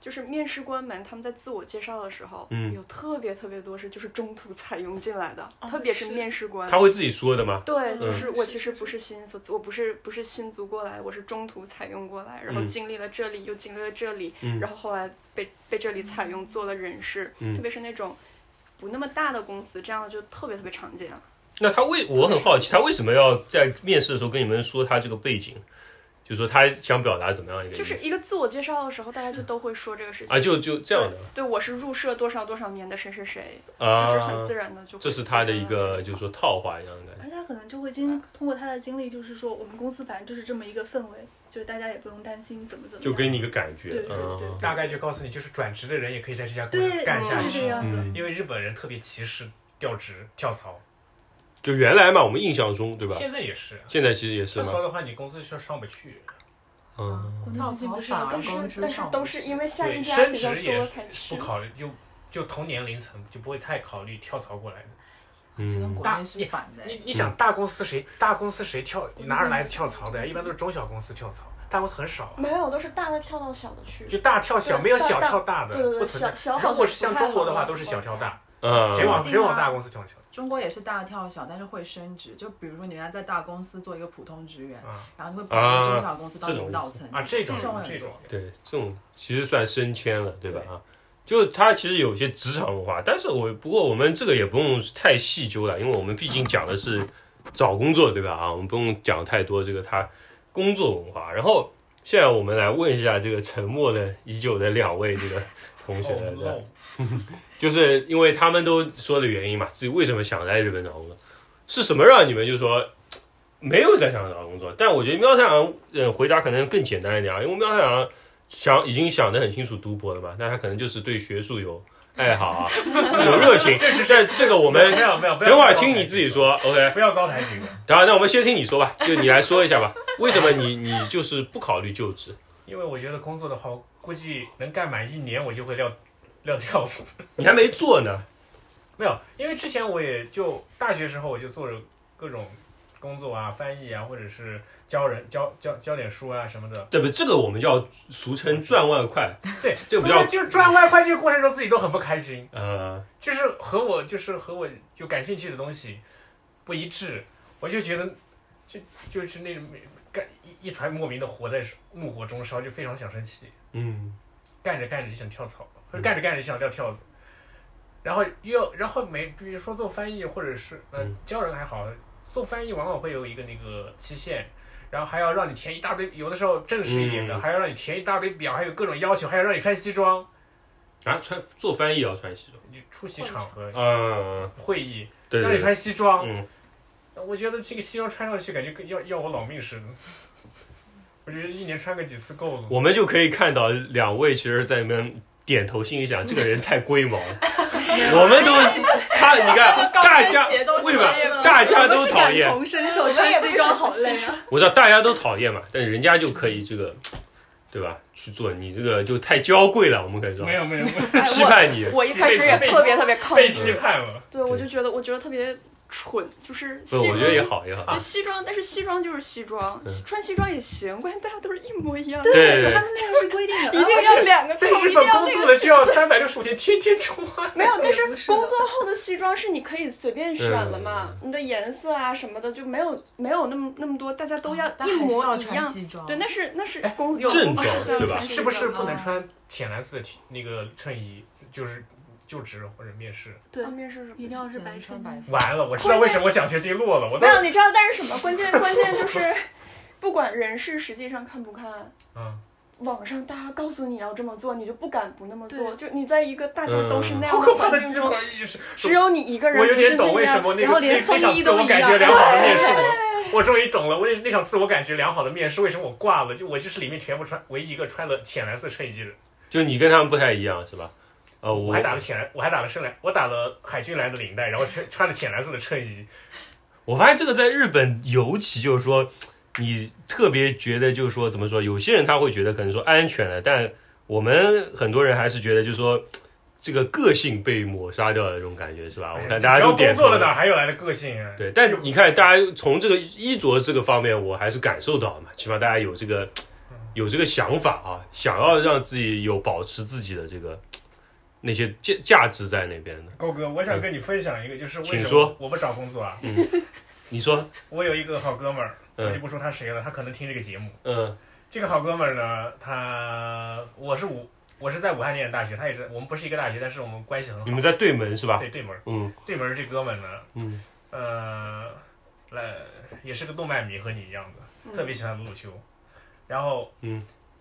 Speaker 2: 就是面试官们他们在自我介绍的时候，
Speaker 1: 嗯
Speaker 2: 有特别特别多是就是中途采用进来的，
Speaker 4: 哦
Speaker 2: 特别是
Speaker 4: 是
Speaker 2: 面试官，
Speaker 1: 他会自己说的吗？
Speaker 2: 对，就
Speaker 1: 嗯
Speaker 2: 是我
Speaker 4: 是
Speaker 2: 其
Speaker 4: 是
Speaker 2: 实不是新卒，我不是不是新卒过来，我是中途采用过来，然后
Speaker 1: 嗯
Speaker 2: 经历了这里，又经历了这里，
Speaker 1: 嗯
Speaker 2: 然后后来被被这里采用做了人事，
Speaker 1: 嗯
Speaker 2: 特别是那种不那么大的公司，这样的就特别特别常见。
Speaker 1: 那他为我很好奇，他为什么要在面试的时候跟你们说他这个背景？就说他想表达怎么样一个意
Speaker 2: 就
Speaker 1: 思
Speaker 2: 是一个自我介绍的时候，大家就都会说这个事情
Speaker 1: 啊，就就这样的
Speaker 2: 对，我是入社多少多少年的谁谁谁，就是很
Speaker 1: 啊
Speaker 2: 自，然的就会
Speaker 1: 这是他的一个就是说套话一样的感觉。
Speaker 4: 而且他可能就会经通过他的经历，就是说我们公司反正就是这么一个氛围，就是大家也不用担心怎么怎么样，
Speaker 1: 就给你一个感觉
Speaker 4: 对，对对
Speaker 1: 嗯，
Speaker 3: 大概就告诉你，就是转职的人也可以在这家公司
Speaker 4: 对，
Speaker 3: 干下
Speaker 4: 就是这
Speaker 3: 去
Speaker 4: 个，样子。
Speaker 1: 嗯
Speaker 3: 因为日本人特别歧视调职跳槽，
Speaker 1: 就原来嘛，我们印象中对吧？
Speaker 3: 现在也是。
Speaker 1: 现在其实也是
Speaker 3: 跳槽
Speaker 1: 嘛，
Speaker 3: 的话，你工资就上不去，
Speaker 1: 嗯，
Speaker 4: 工作最近不是
Speaker 5: 跳槽
Speaker 4: 都
Speaker 5: 法
Speaker 2: 但
Speaker 4: 是
Speaker 5: 工
Speaker 2: 是
Speaker 5: 资
Speaker 2: 但是
Speaker 5: 上
Speaker 2: 都
Speaker 5: 不
Speaker 2: 是
Speaker 5: 去
Speaker 2: 因为下
Speaker 3: 对，
Speaker 2: 一家
Speaker 3: 升
Speaker 2: 比较
Speaker 3: 职也
Speaker 2: 多
Speaker 3: 是
Speaker 2: 才去
Speaker 3: 不。考虑，就就同年龄层就不会太考虑跳槽过来的。
Speaker 5: 就跟
Speaker 1: 嗯
Speaker 5: 国内是反的。
Speaker 3: 你你想大公司谁大公司谁跳哪儿来的跳槽的呀？一般都是中小公司跳槽，大公司很少啊。
Speaker 2: 没有，都是大的跳到小的去。
Speaker 3: 就大跳小，
Speaker 2: 对
Speaker 3: 没有
Speaker 2: 大
Speaker 3: 小
Speaker 2: 大
Speaker 3: 跳大的，
Speaker 2: 对对对
Speaker 3: 不存在。
Speaker 2: 小小好
Speaker 3: 如果
Speaker 2: 像
Speaker 3: 是像
Speaker 2: 不太
Speaker 3: 中国的
Speaker 2: 好
Speaker 3: 话，
Speaker 2: 玩
Speaker 3: 都是小跳大，
Speaker 1: 嗯，
Speaker 3: 谁往
Speaker 5: 嗯
Speaker 3: 谁往大公司跳跳？
Speaker 5: 中国也是大跳小，但是会升职。就比如说，你原来在大公司做一个普通职员，
Speaker 3: 啊
Speaker 5: 然后你会跑到中小公司
Speaker 1: 啊
Speaker 5: 当领导层
Speaker 3: 啊，这种
Speaker 2: 嗯
Speaker 5: 这种
Speaker 3: 这种，
Speaker 1: 对，这种其实算升迁了，对吧？啊，就它其实有些职场文化，但是我不过我们这个也不用太细究了，因为我们毕竟讲的是找工作，对吧？啊，我们不用讲太多这个他工作文化。然后现在我们来问一下这个沉默的已久的两位这个同学了，对吧
Speaker 3: 哦
Speaker 1: 就是因为他们都说的原因嘛，自己为什么想在日本找工作，是什么让你们就说嘖没有在想找工作？但我觉得喵太郎呃回答可能更简单一点啊，因为喵太郎想已经想得很清楚读博了嘛，那他可能就是对学术有爱好 啊，有热情。但这个我
Speaker 3: 我 们
Speaker 1: 们
Speaker 3: 没有没有，不要
Speaker 1: 等会儿
Speaker 3: 高抬
Speaker 1: 听你
Speaker 3: 举
Speaker 1: 自己
Speaker 3: 了，
Speaker 1: 说，OK？
Speaker 3: 不要高抬举了，
Speaker 1: 当然，那我们先听你说吧，就你来说一下吧，为什么你你就是不考虑就职？
Speaker 3: 因为我觉得工作的话，估计能干满一年我就会撂撂挑子。
Speaker 1: 你还没做呢，
Speaker 3: 没有，因为之前我也就大学时候我就做着各种工作啊，翻译啊，或者是教人教教教点书啊什么的。
Speaker 1: 这不这个我们叫俗称赚外快，
Speaker 3: 对，
Speaker 1: 这
Speaker 3: 所
Speaker 1: 不
Speaker 3: 以
Speaker 1: 叫
Speaker 3: 就是赚外快这个过程中自己都很不开心，
Speaker 1: 呃，
Speaker 3: 就是和我就是和我就感兴趣的东西不一致，我就觉得就就是那种干一一团莫名的活在怒火中烧，就非常想生气。
Speaker 1: 嗯
Speaker 3: 干着干着就想跳槽，或
Speaker 1: 嗯
Speaker 3: 者干着干着就想撂跳子，然后又然后没，比如说做翻译或者是呃
Speaker 1: 嗯
Speaker 3: 教人还好，做翻译往往会有一个那个期限，然后还要让你填一大堆，有的时候正式一点的、
Speaker 1: 嗯
Speaker 3: 还要让你填一大堆表，还有各种要求，还要让你穿西装，
Speaker 1: 啊，穿做翻译也要穿西装。
Speaker 3: 你出席场合、
Speaker 1: 嗯，
Speaker 3: 会议
Speaker 1: 对
Speaker 3: 让你
Speaker 1: 对对，
Speaker 3: 穿西装，
Speaker 1: 嗯，
Speaker 3: 我觉得这个西装穿上去感觉跟要要我老命似的，我觉得一年穿个几次够了。
Speaker 1: 我们就可以看到两位其实在那边点头心里想，这个人太龟毛了。我们都他，你看大家
Speaker 2: 高跟鞋都
Speaker 1: 为什么
Speaker 2: 穿了
Speaker 1: 大家
Speaker 4: 我
Speaker 1: 都
Speaker 4: 是
Speaker 1: 讨
Speaker 4: 感
Speaker 1: 厌？
Speaker 4: 同身受，穿西装好累啊！
Speaker 1: 我知道大家都讨厌嘛，但人家就可以这个，对吧？去做你这个就太娇贵了，我们可以说
Speaker 3: 没有没有，没有
Speaker 2: 哎
Speaker 1: 批判你。
Speaker 2: 我我一开始也特别特别抗
Speaker 3: 被
Speaker 2: 拒，
Speaker 3: 批判 了。
Speaker 2: 对我就觉得我觉得特别蠢，就是
Speaker 1: 不，
Speaker 2: 西
Speaker 1: 我
Speaker 2: 装
Speaker 1: 觉得也好也好
Speaker 2: 对。西装，但是西装就是西装
Speaker 1: 嗯，
Speaker 2: 穿西装也行，关键大家都是一模一样，
Speaker 1: 对对对
Speaker 4: 他们那个是规定 的，
Speaker 2: 一定啊要两个
Speaker 3: 在
Speaker 2: 扣，
Speaker 3: 日
Speaker 2: 一定
Speaker 3: 本
Speaker 2: 要
Speaker 3: 工
Speaker 2: 那
Speaker 3: 作
Speaker 2: 个
Speaker 3: 的就要三百六十五天，天天穿。
Speaker 2: 没有，但是
Speaker 4: 不是的
Speaker 2: 工作后的西装是你可以随便选了嘛，你的颜色啊什么的就没有没有那么哦那么多，大家都要
Speaker 5: 但
Speaker 2: 一
Speaker 5: 还是
Speaker 2: 模
Speaker 5: 要
Speaker 2: 一
Speaker 5: 穿
Speaker 2: 样。
Speaker 5: 西装。
Speaker 2: 对，那是那
Speaker 3: 哎
Speaker 2: 是工有
Speaker 1: 正
Speaker 2: 工
Speaker 1: 装对吧
Speaker 3: 是嗯不是不能
Speaker 5: 哦
Speaker 3: 穿浅蓝色的 T- 那个衬衣？就是就职或者面试？
Speaker 4: 对
Speaker 2: 啊，面试是
Speaker 4: 一定要是白
Speaker 5: 穿
Speaker 4: 衬
Speaker 5: 白
Speaker 4: 白。
Speaker 5: 色。
Speaker 3: 完了，我知道为什么我想学经络了。我都
Speaker 2: 没有，你知道，但是什么？关键关键就是，不管人事实际上看不看，
Speaker 3: 嗯，
Speaker 2: 网上大家告诉你要这么做，你就不敢不那么做。
Speaker 4: 对
Speaker 2: 就你在一个大家都是那
Speaker 3: 嗯好
Speaker 2: 样
Speaker 3: 可
Speaker 2: 的
Speaker 3: 怕的
Speaker 2: 环
Speaker 3: 集
Speaker 2: 境中，
Speaker 3: 合意识。
Speaker 2: 只有你一个人
Speaker 3: 我有
Speaker 2: 不是
Speaker 3: 点
Speaker 2: 那
Speaker 3: 懂为什
Speaker 2: 样。
Speaker 3: 么那
Speaker 4: 然后
Speaker 3: 个
Speaker 4: 连
Speaker 3: 那那
Speaker 4: 风
Speaker 3: 场
Speaker 4: 衣
Speaker 3: 自
Speaker 4: 都
Speaker 3: 我
Speaker 4: 一
Speaker 3: 感
Speaker 4: 样
Speaker 3: 觉良好 的面试我，我终于懂了。我那那场自我感觉良好的面试，为什么我挂了？就我就是里面全部穿唯一一个穿了浅蓝色衬衣的人。
Speaker 1: 就你跟他们不太一样是吧？呃，
Speaker 3: 我
Speaker 1: 我
Speaker 3: 还打了浅蓝，我还打了深蓝，我打了海军蓝的领带，然后穿穿了浅蓝色的衬衣。
Speaker 1: 我发现这个在日本尤其就是说，你特别觉得就是说怎么说，有些人他会觉得可能说安全了，但我们很多人还是觉得就是说这个个性被抹杀掉的这种感觉是吧？我看大家
Speaker 3: 哎只要
Speaker 1: 都点
Speaker 3: 工
Speaker 1: 头
Speaker 3: 作了，哪还有来的个性啊？
Speaker 1: 对，但你看大家从这个衣着这个方面，我还是感受到嘛，起码大家有这个
Speaker 3: 嗯
Speaker 1: 有这个想法啊，想要让自己有保持自己的这个那些价价值在那边的。
Speaker 3: 高哥，我想跟你分享一个，就是为
Speaker 1: 嗯
Speaker 3: 什
Speaker 1: 请
Speaker 3: 么
Speaker 1: 说
Speaker 3: 我不找工作啊？
Speaker 1: 你说，
Speaker 3: 我有一个好哥们儿，我就
Speaker 1: 嗯
Speaker 3: 不说他谁了，他可能听这个节目。
Speaker 1: 嗯
Speaker 3: 这个好哥们儿呢，他我是武，我是在武汉念的大学，他也是我们不是一个大学，但是我们关系很好。
Speaker 1: 你们在对门是吧？
Speaker 3: 对对门儿，
Speaker 1: 嗯
Speaker 3: 对门儿这哥们儿呢，
Speaker 1: 嗯
Speaker 2: 嗯
Speaker 3: 呃，来也是个动漫迷，和你一样的，特别喜欢鲁鲁修。然后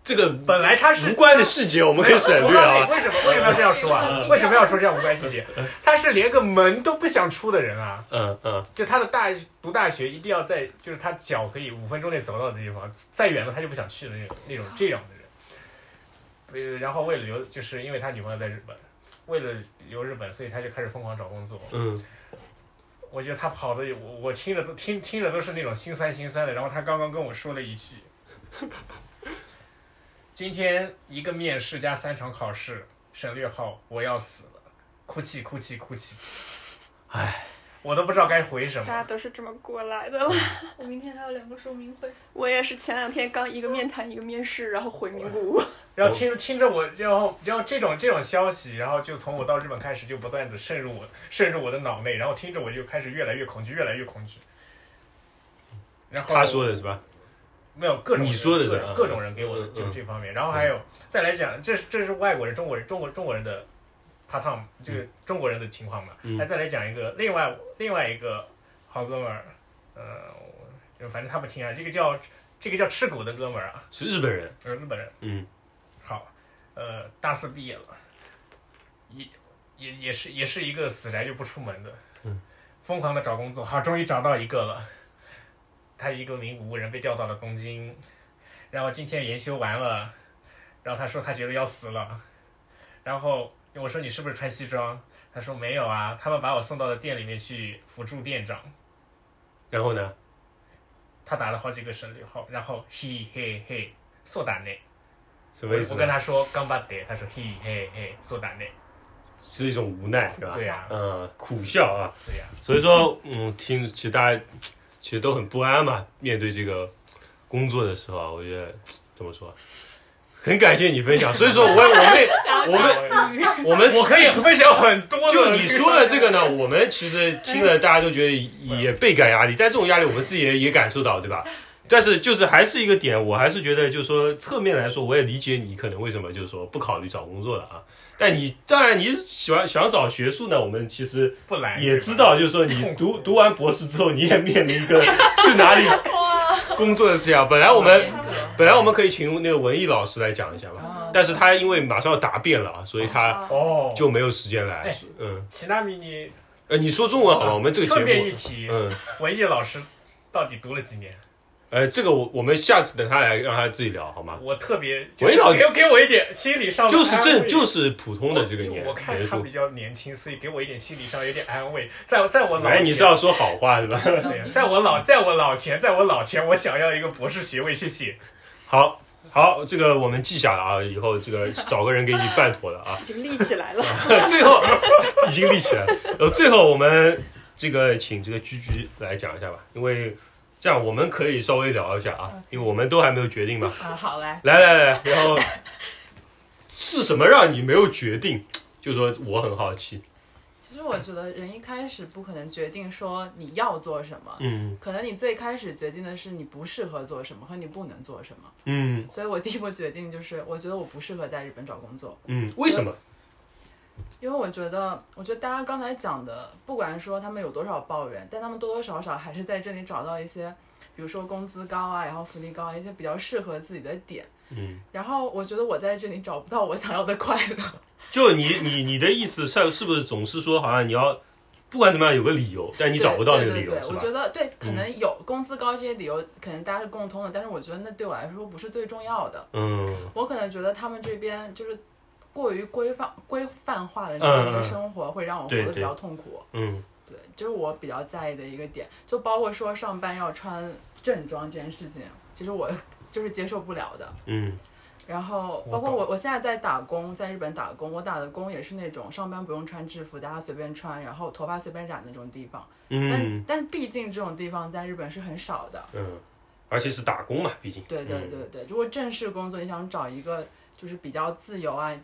Speaker 7: 这个
Speaker 3: 本来他是
Speaker 7: 无关的细节嗯我们可以省略
Speaker 3: 我告
Speaker 7: 啊
Speaker 3: 诉。你为什么为什么要这样说啊？为什么要说这样无关细节？他是连个门都不想出的人啊！
Speaker 1: 嗯嗯，
Speaker 3: 就他的大读大学一定要在，就是他脚可以五分钟内走到的地方，再远了他就不想去的那种那种这样的人。呃，然后为了留，就是因为他女朋友在日本，为了留日本，所以他就开始疯狂找工作。
Speaker 1: 嗯，
Speaker 3: 我觉得他跑的，我我听着都听听着都是那种心酸心酸的。然后他刚刚跟我说了一句：“今天一个面试加三场考试，省略号，我要死了，哭泣哭泣哭泣。”唉，我都不知道该回什
Speaker 2: 大家
Speaker 3: 么。
Speaker 2: 都是这么过来的了。
Speaker 4: 我明天还有两个说明会，
Speaker 2: 我也是前两天刚一个面谈一个面试，然后回名古屋。
Speaker 3: 然后
Speaker 1: 哦
Speaker 3: 听听着我，然后然后这种这种消息，然后就从我到日本开始就不断的渗入我渗入我的脑内，然后听着我就开始越来越恐惧，越来越恐惧。然后
Speaker 1: 他说的是吧？
Speaker 3: 没有各种人
Speaker 1: 你说的是
Speaker 3: 各种
Speaker 1: 嗯
Speaker 3: 各种人给我的
Speaker 1: 嗯
Speaker 3: 就是
Speaker 1: 嗯
Speaker 3: 这方面，然后还有再来讲，这是这是外国人、中国人、中国中国人的 part time，就是中国人的情况嘛。
Speaker 1: 嗯
Speaker 3: 那再来讲一个另外另外一个好哥们儿，呃，我反正他不听啊，这个叫这个叫赤谷的哥们儿啊，
Speaker 1: 是日本人，
Speaker 3: 就是日本人。
Speaker 1: 嗯
Speaker 3: 好，呃，大四毕业了，也也也是也是一个死宅就不出门的，
Speaker 1: 嗯
Speaker 3: 疯狂的找工作，好，终于找到一个了。他一个名古屋人被调到了东京，然后今天研修完了，然后他说他觉得要死了，然后我说你是不是穿西装？他说没有啊，他们把我送到了店里面去辅助店长。
Speaker 1: 然后呢？
Speaker 3: 他打了好几个省略号，然后 he he he，そうだね。
Speaker 1: 什
Speaker 3: 我
Speaker 1: 么意思
Speaker 3: 我
Speaker 1: 呢？
Speaker 3: 跟他说干巴得，他说嘿嘿嘿，そうだね。
Speaker 1: 是一种无奈，是吧？
Speaker 3: 对呀
Speaker 1: 嗯，苦笑啊。
Speaker 3: 对呀、
Speaker 1: 所以说，嗯，听，其实大家其实都很不安嘛，面对这个工作的时候啊，我觉得怎么说，很感谢你分享。所以说我，我们我们我们
Speaker 3: 我可以分享很多的。
Speaker 1: 就你说的这个呢，我们其实听了，大家都觉得也倍感压力，但这种压力我们自己也也感受到，对吧？但是就是还是一个点，我还是觉得就是说侧面来说，我也理解你可能为什么就是说不考虑找工作了啊。但你当然你喜欢想找学术呢，我们其实
Speaker 3: 不来
Speaker 1: 也知道，就是说你读读完博士之后，你也面临一个去哪里工作的事情啊。本来我们本来我们可以请那个文艺老师来讲一下嘛，
Speaker 5: 啊
Speaker 1: 但是他因为马上要答辩了啊，所以他
Speaker 3: 哦。
Speaker 1: 就没有时间来
Speaker 3: 哎。
Speaker 1: 嗯。
Speaker 3: 其纳米尼，
Speaker 1: 呃，你说中文好吗？我们这个节
Speaker 3: 啊顺便一
Speaker 1: 目，
Speaker 3: 提，
Speaker 1: 嗯，
Speaker 3: 文艺老师到底读了几年？
Speaker 1: 呃，这个我我们下次等他来，让他自己聊好吗？
Speaker 3: 我特别
Speaker 1: 文艺老
Speaker 3: 就是给给我一点心理上
Speaker 1: 就是
Speaker 3: 安
Speaker 1: 正
Speaker 3: 慰
Speaker 1: 就是普通的这个年
Speaker 3: 我看
Speaker 1: 年
Speaker 3: 他
Speaker 1: 数
Speaker 3: 比，较年轻，所以给我一点心理上有点安慰。在在我老
Speaker 1: 哎，你是
Speaker 3: 前
Speaker 1: 要说好话是吧？
Speaker 3: 对在我老在我老前，在我老前，我想要一个博士学位，谢谢。
Speaker 1: 好好，这个我们记下了啊，以后这个找个人给你办妥了 啊。
Speaker 2: 已经立起来了，
Speaker 1: 最后已经立起来了，呃，最后我们这个请这个居居来讲一下吧，因为这样我们可以稍微聊一下啊，
Speaker 3: 嗯
Speaker 1: 因为我们都还没有决定嘛。
Speaker 5: 啊，好来，
Speaker 1: 来来来，然后是什么让你没有决定？就说我很好奇，
Speaker 5: 其实我觉得人一开始不可能决定说你要做什么，
Speaker 1: 嗯。
Speaker 5: 可能你最开始决定的是你不适合做什么和你不能做什么。
Speaker 1: 嗯
Speaker 5: 所以我第一步决定就是，我觉得我不适合在日本找工作，
Speaker 1: 嗯，为什么？
Speaker 5: 因为我觉得，我觉得大家刚才讲的，不管说他们有多少抱怨，但他们多多少少还是在这里找到一些，比如说工资高啊，然后福利高啊，一些比较适合自己的点。
Speaker 1: 嗯，
Speaker 5: 然后我觉得我在这里找不到我想要的快乐，
Speaker 1: 就你你你的意思是是不是总是说好像你要不管怎么样有个理由， 但你找不到那个理由
Speaker 5: 对对
Speaker 1: 是
Speaker 5: 对，我
Speaker 1: 吧嗯
Speaker 5: 觉？得对，可能有工资高这些理由，可能大家是共通的，但是我觉得那对我来说不是最重要的。
Speaker 1: 嗯
Speaker 5: 我可能觉得他们这边就是过于规范规范化的那样
Speaker 1: 嗯
Speaker 5: 一
Speaker 1: 嗯
Speaker 5: 个
Speaker 1: 嗯
Speaker 5: 生活，会让我活
Speaker 1: 对
Speaker 5: 得比
Speaker 1: 对
Speaker 5: 较痛苦。
Speaker 1: 嗯
Speaker 5: 对，这是我比较在意的一个点，就包括说上班要穿正装这件事情，其实我就是接受不了的。
Speaker 1: 嗯
Speaker 5: 然后
Speaker 3: 我
Speaker 5: 包括
Speaker 3: 懂
Speaker 5: 我，我现在在打工，在日本打工，我打的工也是那种上班不用穿制服，大家随便穿，然后头发随便染的那种地方。但
Speaker 1: 嗯
Speaker 5: 但毕竟这种地方在日本是很少的。
Speaker 1: 嗯，而且是打工嘛，毕竟
Speaker 5: 对对
Speaker 1: 嗯
Speaker 5: 对对，如果正式工作，你想找一个就是比较自由啊，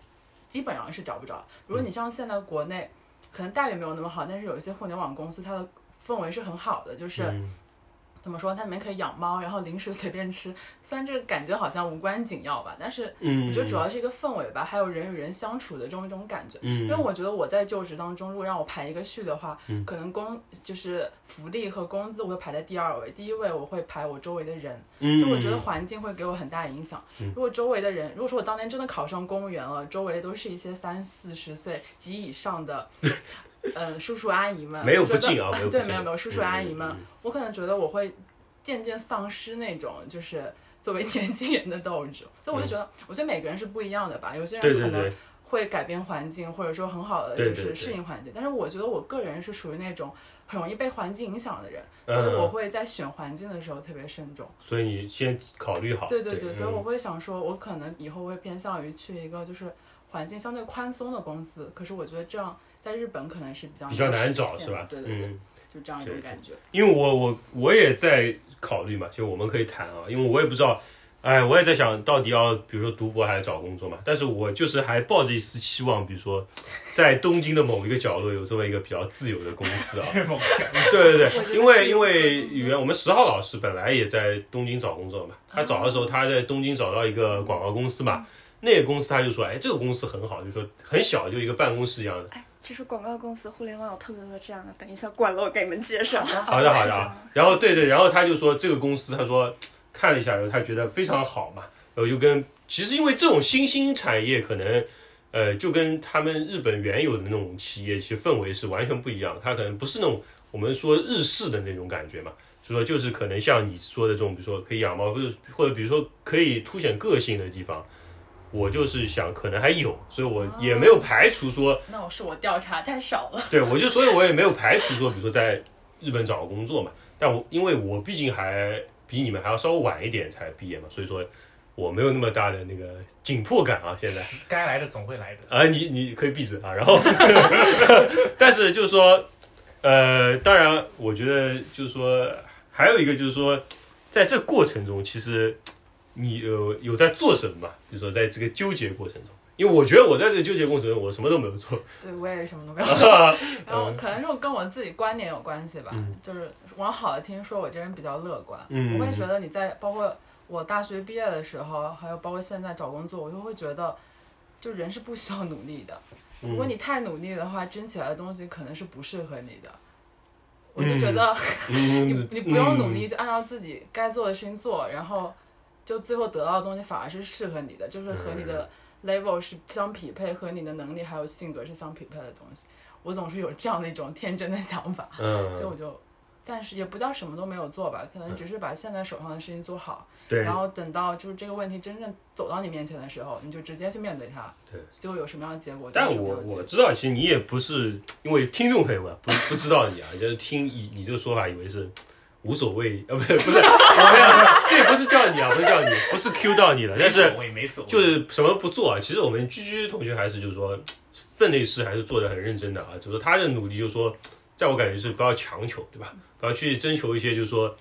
Speaker 5: 基本上是找不着。如果你像现在国内，可能待遇没有那么好，但是有一些互联网公司它的氛围是很好的，就是
Speaker 1: 嗯
Speaker 5: 怎么说，它里面可以养猫，然后零食随便吃。虽然这个感觉好像无关紧要吧，但是
Speaker 1: 嗯，
Speaker 5: 我觉得主要是一个氛围吧，还有人与人相处的这种一种感觉。
Speaker 1: 嗯，
Speaker 5: 因为我觉得我在就职当中，如果让我排一个序的话，
Speaker 1: 嗯
Speaker 5: 可能工就是福利和工资我会排在第二位，第一位我会排我周围的人，就我觉得环境会给我很大影响。
Speaker 1: 嗯
Speaker 5: 如果周围的人，如果说我当年真的考上公务员了，周围都是一些三四十岁及以上的， 呃，叔叔阿姨们，
Speaker 1: 没有
Speaker 5: 我觉
Speaker 1: 不
Speaker 5: 得
Speaker 1: 敬啊，没有不
Speaker 5: 对，
Speaker 1: 敬
Speaker 5: 没有没有叔叔阿姨们，
Speaker 1: 嗯嗯
Speaker 5: 我可能觉得我会渐渐丧失那种就是作为年轻人的斗志，所以我就觉得，我觉得每个人是不一样的吧，有些
Speaker 1: 嗯
Speaker 5: 人
Speaker 1: 对
Speaker 5: 可
Speaker 1: 对
Speaker 5: 能
Speaker 1: 对，
Speaker 5: 会改变环境，或者说很好的
Speaker 1: 对
Speaker 5: 就
Speaker 1: 对对
Speaker 5: 是适应环境。但是我觉得我个人是属于那种很容易被环境影响的人，所以我
Speaker 1: 嗯，
Speaker 5: 会在选环境的时候特别慎重。
Speaker 1: 所以你先考虑好，
Speaker 5: 对对对，所以我
Speaker 1: 嗯
Speaker 5: 会想说，我可能以后会偏向于去一个就是环境相对宽松的公司。可是我觉得这样在日本可能是比较
Speaker 1: 比较难找
Speaker 5: 实现
Speaker 1: 是
Speaker 5: 啊的
Speaker 1: 吧？
Speaker 5: 对对对，
Speaker 1: 嗯，
Speaker 5: 就这样一种
Speaker 1: 对
Speaker 5: 感觉。
Speaker 1: 因为我我我也在考虑嘛，就我们可以谈啊，因为我也不知道，哎，我也在想到底要比如说读博还是找工作嘛，但是我就是还抱着一丝希望，比如说在东京的某一个角落有这么一个比较自由的公司啊，
Speaker 3: 梦想。
Speaker 1: 对对
Speaker 4: 我觉
Speaker 1: 对，
Speaker 4: 得
Speaker 1: 因为
Speaker 4: 是
Speaker 1: 因为语言，我们十号老师本来也在东京找工作嘛，他找的时候他在东京找到一个广告公司嘛，那个公司他就说，哎，这个公司很好，就说很小，就一个办公室一样的。
Speaker 2: 哎，其实广告公司、互联网有特别多这样的，等一下管了我给你们介绍。
Speaker 1: 好的好的啊，然后对对，然后他就说这个公司，他说看了一下，然后他觉得非常好嘛，然后就跟其实因为这种新兴产业可能。呃，就跟他们日本原有的那种企业其实氛围是完全不一样的，它可能不是那种我们说日式的那种感觉嘛，所以说就是可能像你说的这种，比如说可以养猫，或者或者比如说可以凸显个性的地方，我就是想可能还有，所以我也没有排除说
Speaker 5: 那我是我调查太少了，
Speaker 1: 对，我就所以我也没有排除说，比如说在日本找工作嘛。但我因为我毕竟还比你们还要稍微晚一点才毕业嘛，所以说我没有那么大的那个紧迫感啊。现在
Speaker 3: 该来的总会来的。
Speaker 1: 啊，你你可以闭嘴啊。 然后， 但是就是说，呃，当然，我觉得就是说，还有一个就是说，在这过程中，其实你有有在做什么嘛？比如说在这个纠结过程中，因为我觉得我在这个纠结过程中，我什么都没有做。
Speaker 5: 对我也什 么都没有。然后可能是我跟我自己观点有关系吧，
Speaker 1: 嗯
Speaker 5: 就是往好的听说，我这人比较乐观，
Speaker 1: 嗯
Speaker 5: 我会觉得你在包括我大学毕业的时候，还有包括现在找工作，我就会觉得，就人是不需要努力的。如
Speaker 1: 嗯
Speaker 5: 果你太努力的话，争取来的东西可能是不适合你的。我就觉得、
Speaker 1: 嗯，
Speaker 5: 你你不用努力，
Speaker 1: 嗯
Speaker 5: 就按照自己该做的事情做，然后就最后得到的东西反而是适合你的，就是和你的 level 是相匹配，和你的能力还有性格是相匹配的东西。我总是有这样的一种天真的想法，
Speaker 1: 嗯，
Speaker 5: 所以我就，但是也不叫什么都没有做吧，可能只是把现在手上的事情做好，
Speaker 1: 对
Speaker 5: 然后等到就是这个问题真正走到你面前的时候，你就直接去面对它，
Speaker 1: 对，
Speaker 5: 最后有什么样的结果就有
Speaker 1: 但
Speaker 5: 什么
Speaker 1: 我
Speaker 5: 样的结果。
Speaker 1: 我知道，其实你也不是因为听众朋友们不不知道你啊，就是听你你这个说法，以为是无所谓，呃，不是不 是，没有没有，这不是叫你啊，不是叫你，不是 Q 到你了，但是
Speaker 3: 我也没所谓，
Speaker 1: 就是什么不做啊。其实我们居居同学还是就是说，分内事还是做的很认真的啊。就是说他的努力，就是说，在我感觉是不要强求，对吧？不要去征求一些就是说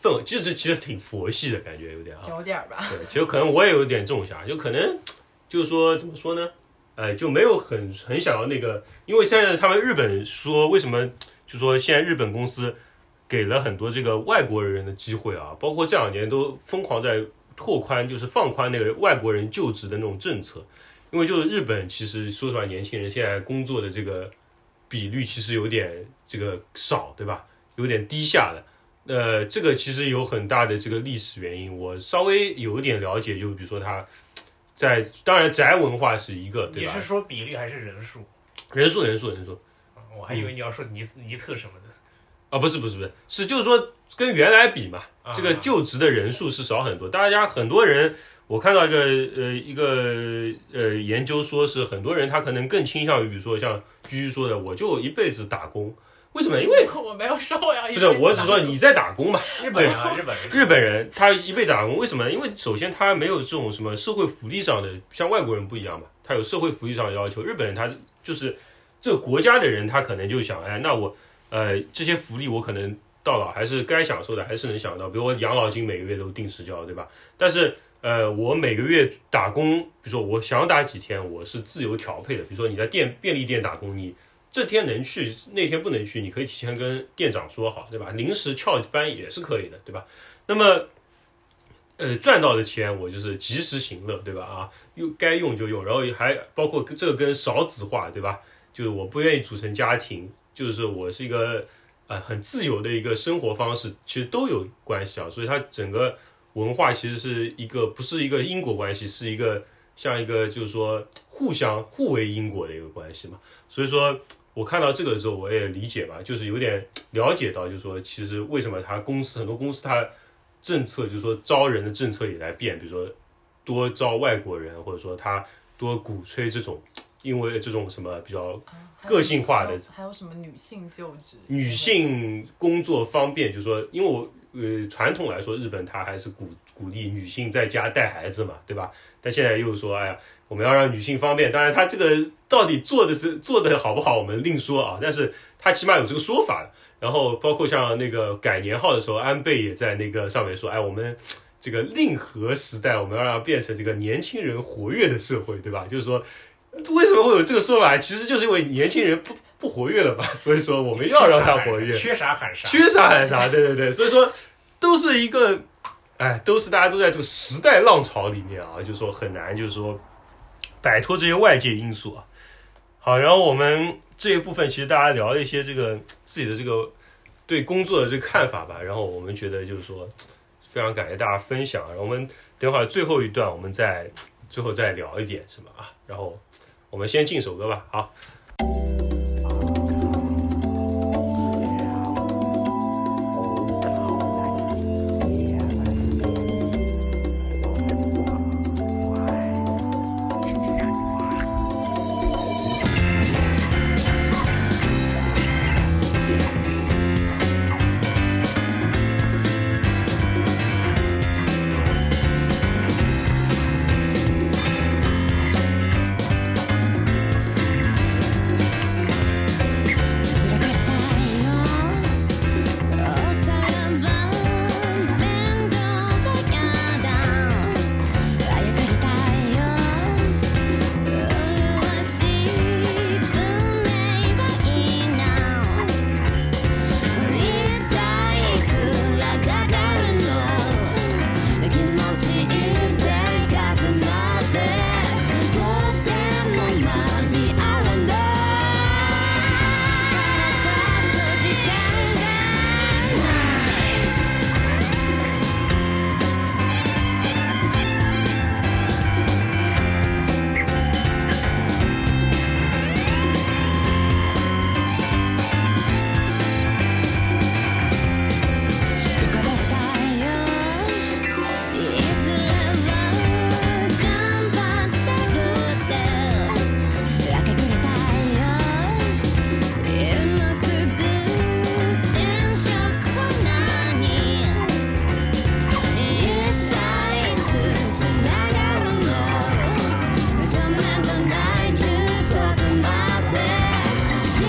Speaker 1: 氛围，其实其实挺佛系的感觉，有点啊。
Speaker 5: 有点儿吧，
Speaker 1: 对，其实可能我也有点这种想法，就可能就是说怎么说呢？哎，就没有很很想要那个，因为现在他们日本说为什么就说现在日本公司给了很多这个外国人的机会啊，包括这两年都疯狂在拓宽，就是放宽那个外国人就职的那种政策，因为就是日本其实说实话，年轻人现在工作的这个比率其实有点这个少，对吧？有点低下的。呃，这个其实有很大的这个历史原因，我稍微有一点了解，就比如说他在，当然宅文化是一个，对
Speaker 3: 你
Speaker 1: 吧
Speaker 3: 是？说比率还是人数？啊
Speaker 1: 人数，人数，人数。
Speaker 3: 我还以为你要说尼尼特什么的。
Speaker 1: 啊，不是不是不是，是就是说跟原来比嘛，
Speaker 3: 啊
Speaker 1: 这个就职的人数是少很多。大家很多人，我看到一个呃一个呃研究说是很多人他可能更倾向于，比如说像居居说的，我就一辈子打工。为什么？因为
Speaker 5: 我没有说我要一
Speaker 1: 不是，
Speaker 5: 辈子
Speaker 1: 我只
Speaker 5: 啊打
Speaker 1: 说
Speaker 5: 工
Speaker 1: 你在打工嘛。
Speaker 3: 日本人啊，日本人，
Speaker 1: 日本人他一辈子打工，为什么？因为首先他没有这种什么社会福利上的，像外国人不一样嘛，他有社会福利上的要求。日本人他就是这个国家的人，他可能就想，哎，那我呃这些福利我可能到老还是该享受的，还是能享受到，比如我养老金每个月都定时交，对吧？但是呃，我每个月打工，比如说我想打几天，我是自由调配的。比如说你在店便利店打工，你。这天能去，那天不能去，你可以提前跟店长说好，对吧？临时翘班也是可以的，对吧？那么，呃，赚到的钱我就是及时行乐，对吧？啊，用该用就用，然后还包括这个跟少子化，对吧？就是我不愿意组成家庭，就是我是一个呃很自由的一个生活方式，其实都有关系啊。所以它整个文化其实是一个不是一个因果关系，是一个像一个就是说互相互为因果的一个关系嘛。所以说我看到这个的时候，我也理解吧，就是有点了解到，就是说其实为什么它公司很多公司它政策就是说招人的政策也在变，比如说多招外国人，或者说他多鼓吹这种。因为这种什么比较个性化的
Speaker 5: 啊还有还有什么女性就职？
Speaker 1: 女性工作方便，就是说，因为我呃传统来说，日本它还是鼓鼓励女性在家带孩子嘛，对吧？但现在又说，哎呀，我们要让女性方便。当然，它这个到底做的是做的好不好，我们另说啊。但是它起码有这个说法。然后包括像那个改年号的时候，安倍也在那个上面说，哎，我们。这个令和时代，我们要让它变成这个年轻人活跃的社会，对吧？就是说，为什么会有这个说法？其实就是因为年轻人不不活跃了吧，所以说我们要让他活跃。
Speaker 3: 缺啥喊啥。
Speaker 1: 缺啥喊啥，对对对，所以说都是一个，哎，都是大家都在这个时代浪潮里面啊，就是说很难，就是说摆脱这些外界因素啊。好，然后我们这一部分其实大家聊了一些这个自己的这个对工作的这个看法吧，然后我们觉得就是说非常感谢大家分享，然后我们等会儿最后一段我们再最后再聊一点什么啊，然后我们先进首歌吧，好。
Speaker 8: 「おさらばめんどがやだ」「あやかりたいよ」「うるわしい分類はいいな」「いたいくらがかるの」「気持ちいい生活までとても間に合わない」時間がない「いつれは叶うから」「頑張ってるって」「明け暮れたいよ」「今すぐ転職は何?」「一体いつつながるの?」「認めとない充足まで」「幸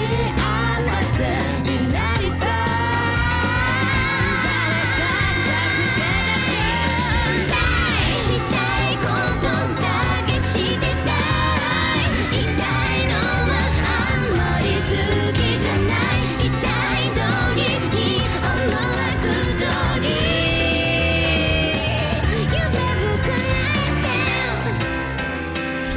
Speaker 8: せになりたい」「誰か助けてよ」「したいことだけしてたい」「痛いのはあんまり好きじゃない」「痛いのにいい思わく通り」「夢深くなって」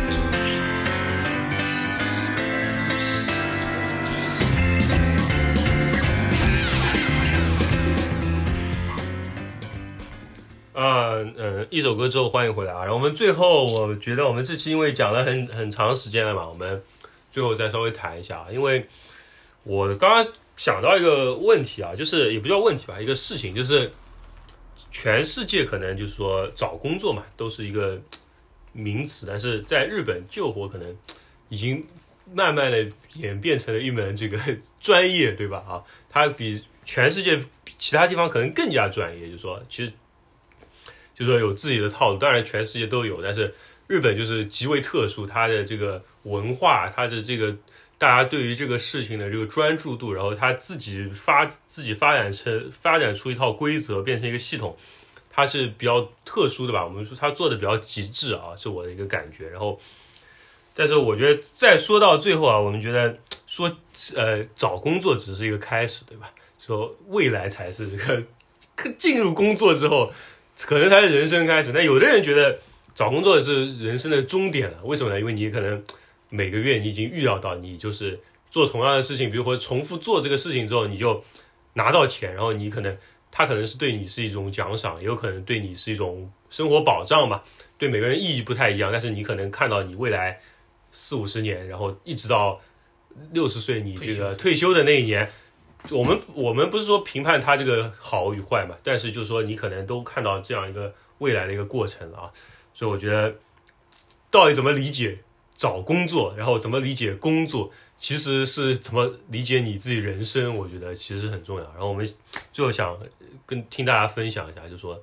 Speaker 1: 啊，嗯，一首歌之后欢迎回来啊。然后我们最后，我觉得我们这期因为讲了很很长时间了嘛，我们最后再稍微谈一下啊，因为我刚刚想到一个问题啊，就是也不叫问题吧，一个事情，就是全世界可能就是说找工作嘛，都是一个名词，但是在日本救火可能已经慢慢的演变成了一门这个专业，对吧？啊，它比全世界其他地方可能更加专业，就是说其实。就说有自己的套路，当然全世界都有，但是日本就是极为特殊，它的这个文化，它的这个大家对于这个事情的这个专注度，然后它自己发自己发展成发展出一套规则，变成一个系统，它是比较特殊的吧？我们说它做的比较极致啊，是我的一个感觉。然后但是我觉得再说到最后啊，我们觉得说呃找工作只是一个开始，对吧？说未来才是这个 可进入工作之后，可能才是人生开始。那有的人觉得找工作是人生的终点了，啊为什么呢？因为你可能每个月你已经预料到你就是做同样的事情，比如说重复做这个事情之后，你就拿到钱，然后你可能他可能是对你是一种奖赏，也有可能对你是一种生活保障吧。对每个人意义不太一样，但是你可能看到你未来四五十年，然后一直到六十岁，你这个退休的那一年，我们 我们不是说评判它这个好与坏嘛，但是就是说你可能都看到这样一个未来的一个过程了啊。所以我觉得，到底怎么理解找工作，然后怎么理解工作，其实是怎么理解你自己人生，我觉得其实很重要。然后我们最后想哎跟听大家分享一下，就说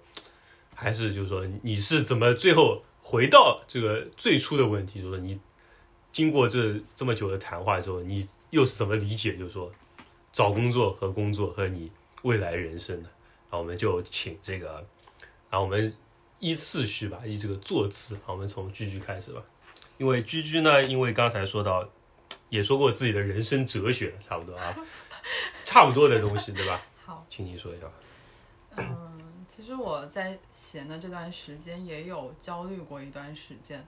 Speaker 1: 还是就是说你是怎么最后回到这个最初的问题，就是说你经过这这么久的谈话之后，你又是怎么理解，就是说找工作和工作和你未来人生的？然后我们就请这个，然后我们依次序吧，依这个座次，好，我们从居居开始吧。因为居居呢，因为刚才说到，也说过自己的人生哲学，差不多啊， 差不多的东西，对吧？
Speaker 5: 好，
Speaker 1: 请你说一下吧。
Speaker 5: 嗯，其实我在闲的这段时间也有焦虑过一段时间，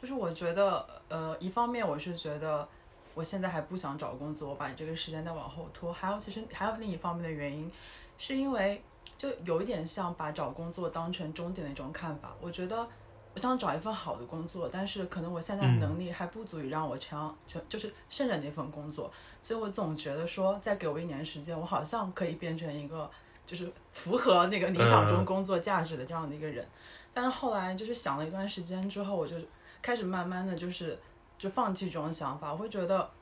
Speaker 5: 就是我觉得，呃，一方面我是觉得我现在还不想找工作，我把这个时间再往后拖，还有其实还有另一方面的原因，是因为就有一点像把找工作当成终点的一种看法。我觉得我想找一份好的工作，但是可能我现在的能力还不足以让我成成就是胜任那份工作，所以我总觉得说再给我一年时间，我好像可以变成一个就是符合那个理想中工作价值的这样的一个人。但是后来就是想了一段时间之后，我就开始慢慢的就是就放弃这种想法，我会觉得。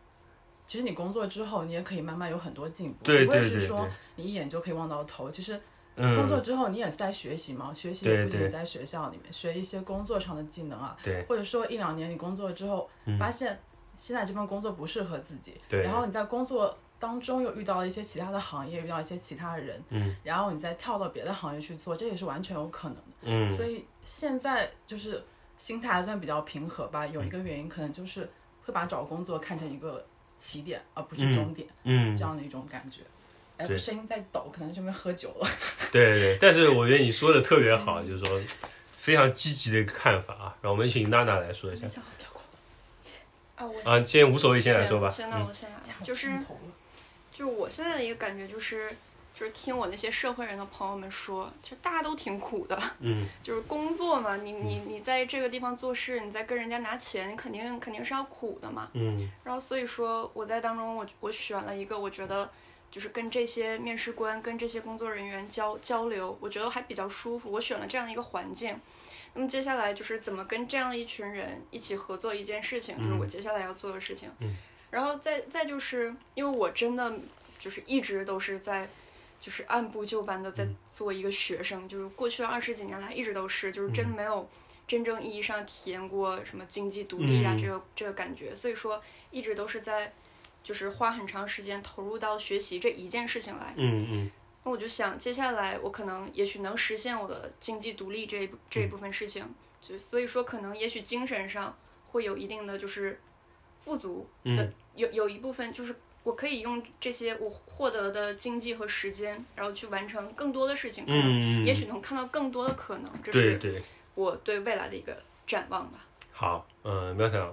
Speaker 5: 其实你工作之后，你也可以慢慢有很多进步，
Speaker 1: 对
Speaker 5: 不会
Speaker 1: 对
Speaker 5: 是
Speaker 1: 对
Speaker 5: 说
Speaker 1: 对
Speaker 5: 你一眼就可以望到头。其实
Speaker 1: 嗯，
Speaker 5: 工作之后你也在学习嘛，学习
Speaker 1: 对
Speaker 5: 不仅
Speaker 1: 对
Speaker 5: 仅在学校里面学一些工作上的技能啊，
Speaker 1: 对
Speaker 5: 或者说一两年你工作之后、发现现在这份工作不适合自己，
Speaker 1: 嗯对
Speaker 5: 然后你在工作当中又遇到了一些其他的行业，遇到一些其他的人，
Speaker 1: 嗯，
Speaker 5: 然后你再跳到别的行业去做，这也是完全有可能的。
Speaker 1: 嗯，
Speaker 5: 所以现在就是心态还算比较平和吧，
Speaker 1: 嗯
Speaker 5: 有一个原因可能就是会把找工作看成一个起点，而不是终点，
Speaker 1: 嗯
Speaker 5: 这，样的一种感觉。哎，
Speaker 1: 对
Speaker 5: 声音在抖，可能是因为喝酒了。
Speaker 1: 对对对，但是我觉得你说的特别好，就是说非常积极的一个看法啊。然后我们请娜娜来说一下
Speaker 2: 嗯
Speaker 4: 想跳过，
Speaker 2: 啊，我
Speaker 1: 啊，先无所谓，先来
Speaker 2: 行
Speaker 1: 说吧。
Speaker 2: 行，那
Speaker 1: 嗯
Speaker 2: 我先来，就是就是我现在的一个感觉就是，就是听我那些社会人的朋友们说，就大家都挺苦的，
Speaker 1: 嗯，
Speaker 2: 就是工作嘛，你你你在这个地方做事，你在跟人家拿钱，肯定肯定是要苦的嘛。
Speaker 1: 嗯
Speaker 2: 然后所以说我在当中我我选了一个我觉得就是跟这些面试官跟这些工作人员交交流，我觉得还比较舒服。我选了这样的一个环境。那么接下来就是怎么跟这样的一群人一起合作一件事情，就是我接下来要做的事情。
Speaker 1: 嗯
Speaker 2: 然后再再就是因为我真的就是一直都是在。就是按部就班的在
Speaker 1: 嗯
Speaker 2: 做一个学生，就是过去的二十几年来一直都是，就是
Speaker 1: 嗯
Speaker 2: 真的没有真正意义上体验过什么经济独立啊、
Speaker 1: 嗯
Speaker 2: 这个这个感觉，所以说一直都是在就是花很长时间投入到学习这一件事情来。
Speaker 1: 嗯嗯
Speaker 2: 那我就想，接下来我可能也许能实现我的经济独立这一部这一
Speaker 1: 嗯
Speaker 2: 部分事情，就所以说可能也许精神上会有一定的就是富足
Speaker 1: 嗯
Speaker 2: 的，有有一部分就是我可以用这些我获得的经济和时间，然后去完成更多的事情，可能
Speaker 1: 嗯，嗯
Speaker 2: 也许能看到更多的可能，这
Speaker 1: 对
Speaker 2: 是
Speaker 1: 对，
Speaker 2: 我对未来的一个展望吧。
Speaker 1: 好，嗯，苗条，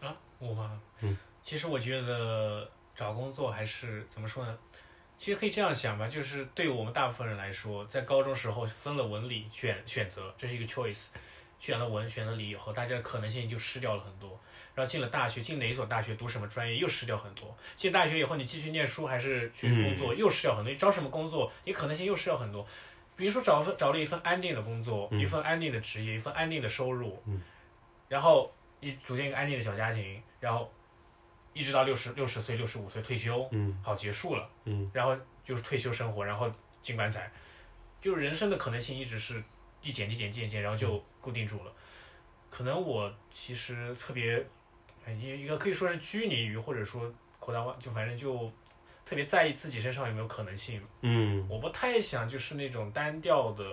Speaker 3: 啊，我吗？
Speaker 1: 嗯，
Speaker 3: 其实我觉得找工作还是怎么说呢？其实可以这样想吧，就是对于我们大部分人来说，在高中时候分了文理选选择，这是一个 choice，选了文选了理以后，大家的可能性就失掉了很多。然后进了大学，进哪一所大学读什么专业又失掉很多。进大学以后，你继续念书还是去工
Speaker 1: 嗯
Speaker 3: 作、又失掉很多。你找什么工作，你可能性又失掉很多。比如说找份找了一份安定的工作，
Speaker 1: 嗯
Speaker 3: 一份安定的职业，一份安定的收入，
Speaker 1: 嗯
Speaker 3: 然后你组建一个安定的小家庭，然后一直到六十六十岁、六十五岁退休，
Speaker 1: 嗯
Speaker 3: 好结束了，
Speaker 1: 嗯
Speaker 3: 然后就是退休生活，然后进棺材，就是人生的可能性一直是递减、递减、递减，然后就固定住了。可能我其实特别，哎一一个可以说是拘泥于，或者说扩大外，就反正就特别在意自己身上有没有可能性。
Speaker 1: 嗯
Speaker 3: 我不太想就是那种单调的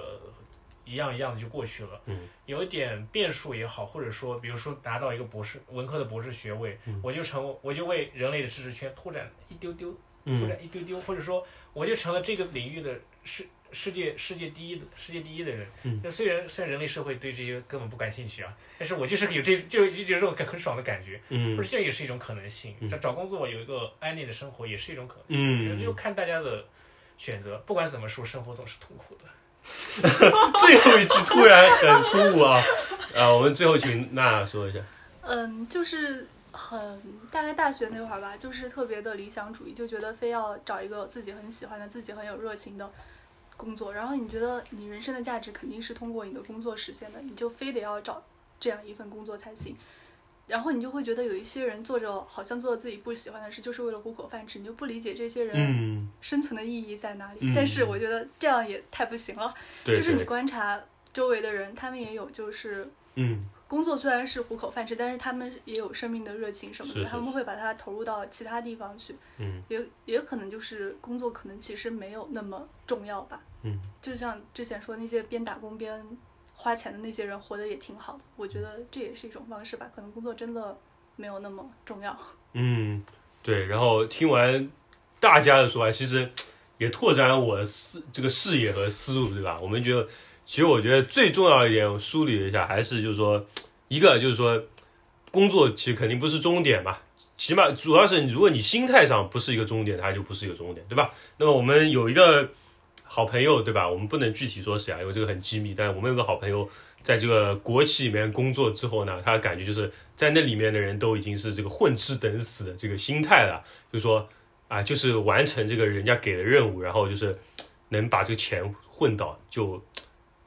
Speaker 3: 一样一样的就过去了。
Speaker 1: 嗯，
Speaker 3: 有一点变数也好，或者说，比如说拿到一个博士文科的博士学位，
Speaker 1: 嗯
Speaker 3: 我就成我就为人类的知识圈拓展一丢丢，拓
Speaker 1: 嗯
Speaker 3: 展一丢丢，或者说我就成了这个领域的世世界世界第一的世界第一的人。
Speaker 1: 嗯
Speaker 3: 那虽然虽然人类社会对这些根本不感兴趣啊，但是我就是有这就就有这种很爽的感觉。不
Speaker 1: 嗯
Speaker 3: 是，这也是一种可能性。
Speaker 1: 嗯
Speaker 3: 找找工作有一个安定的生活，也是一种可能性。
Speaker 1: 嗯
Speaker 3: 就就看大家的选择。不管怎么说，生活总是痛苦的。
Speaker 1: 最后一句突然很突兀啊！啊，我们最后请娜说一下。
Speaker 4: 嗯，就是很大概大学那会儿吧，就是特别的理想主义，就觉得非要找一个自己很喜欢的、自己很有热情的工作。然后你觉得你人生的价值肯定是通过你的工作实现的，你就非得要找这样一份工作才行。然后你就会觉得有一些人做着好像做自己不喜欢的事，就是为了糊口饭吃，你就不理解这些人
Speaker 1: 嗯，
Speaker 4: 生存的意义在哪里。
Speaker 1: 嗯
Speaker 4: 但是我觉得这样也太不行了，
Speaker 1: 对
Speaker 4: 就是你
Speaker 1: 对，
Speaker 4: 观察周围的人，他们也有就是
Speaker 1: 嗯
Speaker 4: 工作虽然是糊口饭吃，但是他们也有生命的热情什么的，
Speaker 1: 是是
Speaker 4: 他们会把它投入到其他地方去，
Speaker 1: 嗯
Speaker 4: 也也可能就是工作可能其实没有那么重要吧。
Speaker 1: 嗯，
Speaker 4: 就像之前说那些边打工边花钱的那些人，活得也挺好的，我
Speaker 1: 嗯
Speaker 4: 觉得这也是一种方式吧。可能工作真的没有那么重要。
Speaker 1: 嗯，对。然后听完大家的说法，其实也拓展我视这个视野和思路，对吧？我们觉得，其实我觉得最重要一点，我梳理了一下，还是就是说，一个就是说，工作其实肯定不是终点嘛。起码主要是，如果你心态上不是一个终点，它就不是一个终点，对吧？那么我们有一个好朋友，对吧？我们不能具体说谁啊，因为这个很机密。但我们有个好朋友，在这个国企里面工作之后呢，他感觉就是在那里面的人都已经是这个混吃等死的这个心态了，就说啊，就是完成这个人家给的任务，然后就是能把这个钱混到，就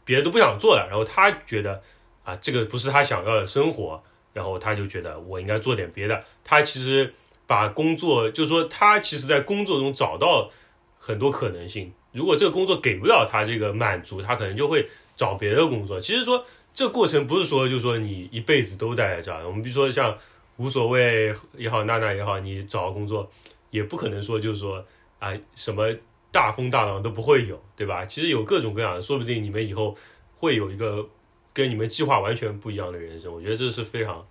Speaker 1: 别的都不想做了。然后他觉得啊，这个不是他想要的生活，然后他就觉得我应该做点别的。他其实把工作，就是说他其实在工作中找到很多可能性。如果这个工作给不了他这个满足，他可能就会找别的工作。其实说这个过程不是说就是说你一辈子都待在这儿，我们比如说像无所谓也好，娜娜也好，你找个工作也不可能说就是说啊、什么大风大浪都不会有，对吧？其实有各种各样的，说不定你们以后会有一个跟你们计划完全不一样的人生，我觉得这是非常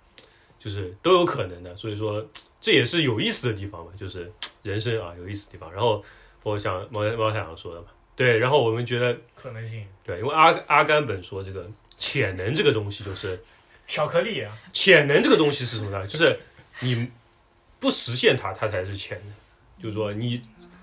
Speaker 1: 就是都有可能的，所以说这也是有意思的地方嘛，就是人生啊有意思的地方。然后我想毛毛太阳说的嘛，对，然后我们觉得
Speaker 3: 可能性，
Speaker 1: 对，因为阿阿甘本说这个潜能这个东西，就是
Speaker 3: 巧克力啊，
Speaker 1: 潜能这个东西是什么呢？就是你不实现它，它才是潜能。就是说你，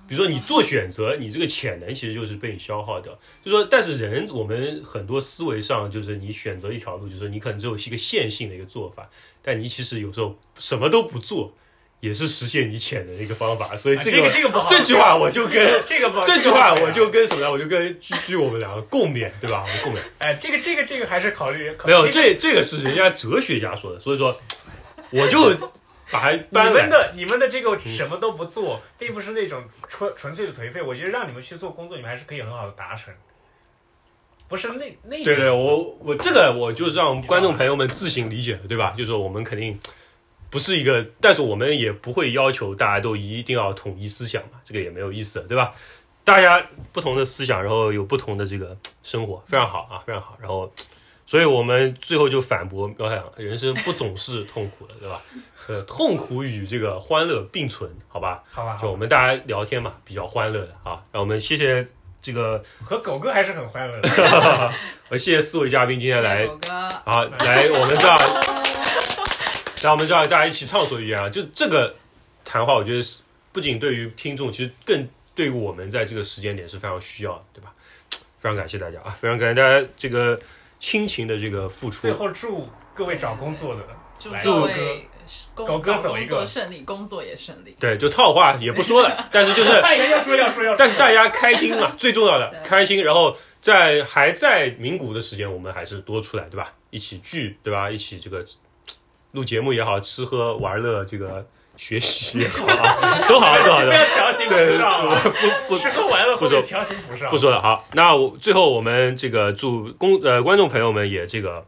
Speaker 1: 比如说你做选择，你这个潜能其实就是被你消耗掉。就说，但是人我们很多思维上，就是你选择一条路，就是你可能只有是一个线性的一个做法，但你其实有时候什么都不做，也是实现你潜能的一个方法。所以
Speaker 3: 啊
Speaker 1: 这
Speaker 3: 这
Speaker 1: 个、
Speaker 3: 个这个不好，
Speaker 1: 这句话我就跟。
Speaker 3: 这个不好，
Speaker 1: 这句话
Speaker 3: 这个不好
Speaker 1: 我就跟什么呢？我就跟居居我们两个共勉，对吧？我们共勉。
Speaker 3: 哎，这个这个这个还是考虑考
Speaker 1: 没有，
Speaker 3: 这
Speaker 1: 这这个是人家哲学家说的，所以说我 就把它搬
Speaker 3: 你们
Speaker 1: 来。
Speaker 3: 的你们的这
Speaker 1: 嗯
Speaker 3: 个什么都不做，并不是那种纯纯粹的颓废。我觉得让你们去做工作，你们还是可以很好的达成，不是那那种
Speaker 1: 对对，我我这个我就让观众朋友们自行理解了，对吧？就是我们肯定不是一个，但是我们也不会要求大家都一定要统一思想嘛，这个也没有意思，对吧？大家不同的思想，然后有不同的这个生活，非常好啊，非常好。然后，所以我们最后就反驳苗太阳，人生不总是痛苦的，对吧？呃，痛苦与这个欢乐并存，好吧？
Speaker 3: 好吧？
Speaker 1: 就我们大家聊天嘛，比较欢乐的啊。让我们谢谢这个，
Speaker 3: 和狗哥还是很欢乐的。
Speaker 1: 呃，谢谢四位嘉宾今天来
Speaker 5: 狗哥，
Speaker 1: 啊，来我们这儿，来我们这儿大家一起畅所欲言啊。就这个谈话，我觉得是不仅对于听众，其实更对于我们在这个时间点是非常需要的，对吧？非常感谢大家啊，非常感谢大家这个亲情的这个付出
Speaker 3: 最。后祝各位找工作的
Speaker 5: 祝
Speaker 3: 来
Speaker 5: 各
Speaker 3: 狗哥狗
Speaker 5: 位
Speaker 3: 哥
Speaker 5: 找
Speaker 3: 走一
Speaker 5: 工
Speaker 3: 个
Speaker 5: 作顺利，工作也顺利。
Speaker 1: 对，就套话也不说了，但是就是
Speaker 3: 哎呀，要说要说要说，
Speaker 1: 但是大家开心嘛，最重要的
Speaker 5: 对
Speaker 1: 开心。然后在还在名古的时间，我们还是多出来，对吧？一起聚，对吧？一起这个录节目也好，吃喝玩乐，这个学习也好啊，都好，都好，
Speaker 3: 不
Speaker 1: 都
Speaker 3: 要
Speaker 1: 好。
Speaker 3: 强行补
Speaker 1: 对，
Speaker 3: 上啊，
Speaker 1: 不不
Speaker 3: 吃喝玩乐
Speaker 1: 不
Speaker 3: 或
Speaker 1: 说
Speaker 3: 者强行补上，
Speaker 1: 不说了。好，那我最后我们这个祝公呃观众朋友们也这个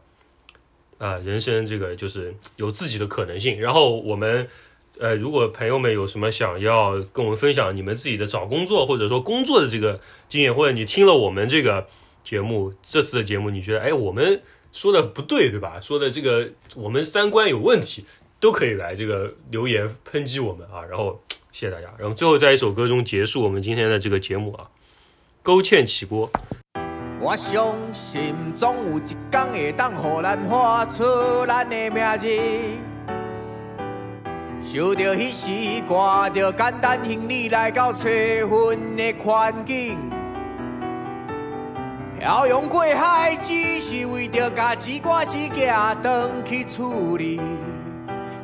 Speaker 1: 呃人生这个就是有自己的可能性。然后我们呃如果朋友们有什么想要跟我们分享你们自己的找工作或者说工作的这个经验，或者你听了我们这个。节目，这次的节目，你觉得哎，我们说的不对，对吧？说的这个我们三观有问题，都可以来这个留言抨击我们啊。然后谢谢大家，然后最后在一首歌中结束我们今天的这个节目啊。勾芡起锅，
Speaker 6: 我相信总有一天会当予咱画出咱的名字。想到迄时，挂着简单行李来到找阮的环境，漂洋过海只是为着家一寡子寄返去厝里，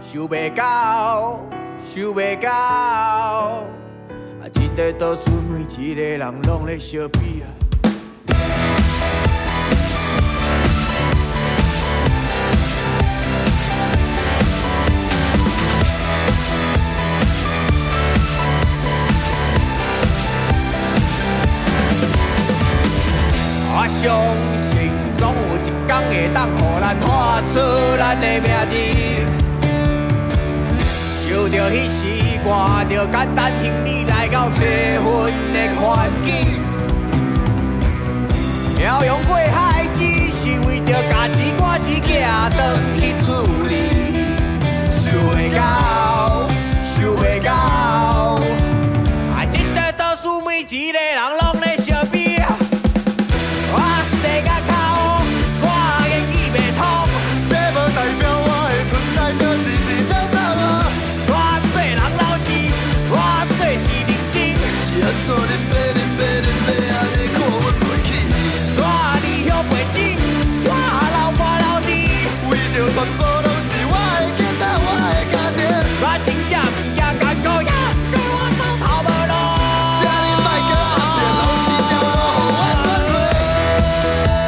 Speaker 6: 想袂到，想袂到，啊，真个倒数每一个人拢咧相比啊。我相信总有一天会当予咱画出咱的名字。想到迄时，挂着简单行李来到找阮的环境，漂洋过海只是为着家己我一寄返去厝里，想袂到，想袂到，啊！真个倒数每一个人拢咧相比啊！我世界口，我言语袂通，这无代表我的存在就是一种杂物。我做人老实，我做事认真。是安怎恁要恁要恁要安尼看阮袂起？我理想袂真，我流我流滴，为着全部拢是我的囡仔，我的家庭。我真正物件艰苦也，叫我走头无路。请你莫搁后壁留一条路，我转过。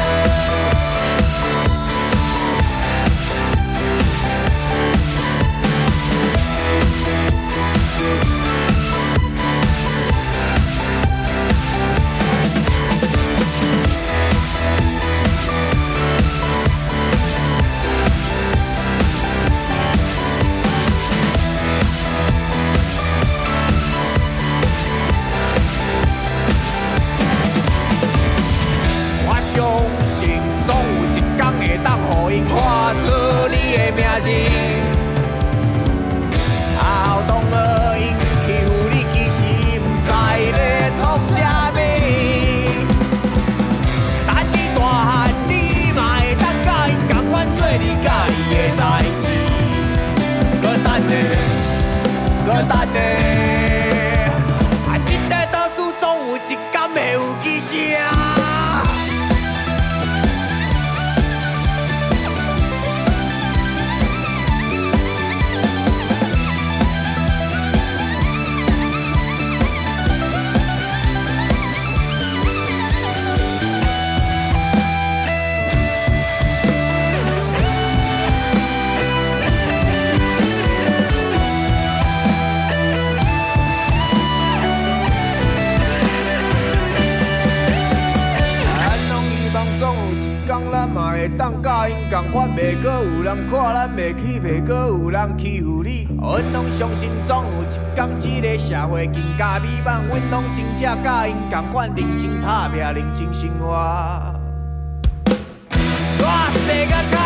Speaker 6: 我相信总有一天会当予因看出你的名字。后啊当学因欺负你，其实毋知咧创啥物。等你大汉，你嘛会当甲因共款做你喜欢的代志。搁等咧。搁等呢。啊，这块岛屿总有一天会有啊其声。咱拢希望总有一天，咱嘛会当甲因共款，袂搁有人看咱袂起，袂搁有人欺负你。阮拢相信总有一天，这个社会更加美满，阮拢真正甲因共款，认真打拼，认真生活。我世界口，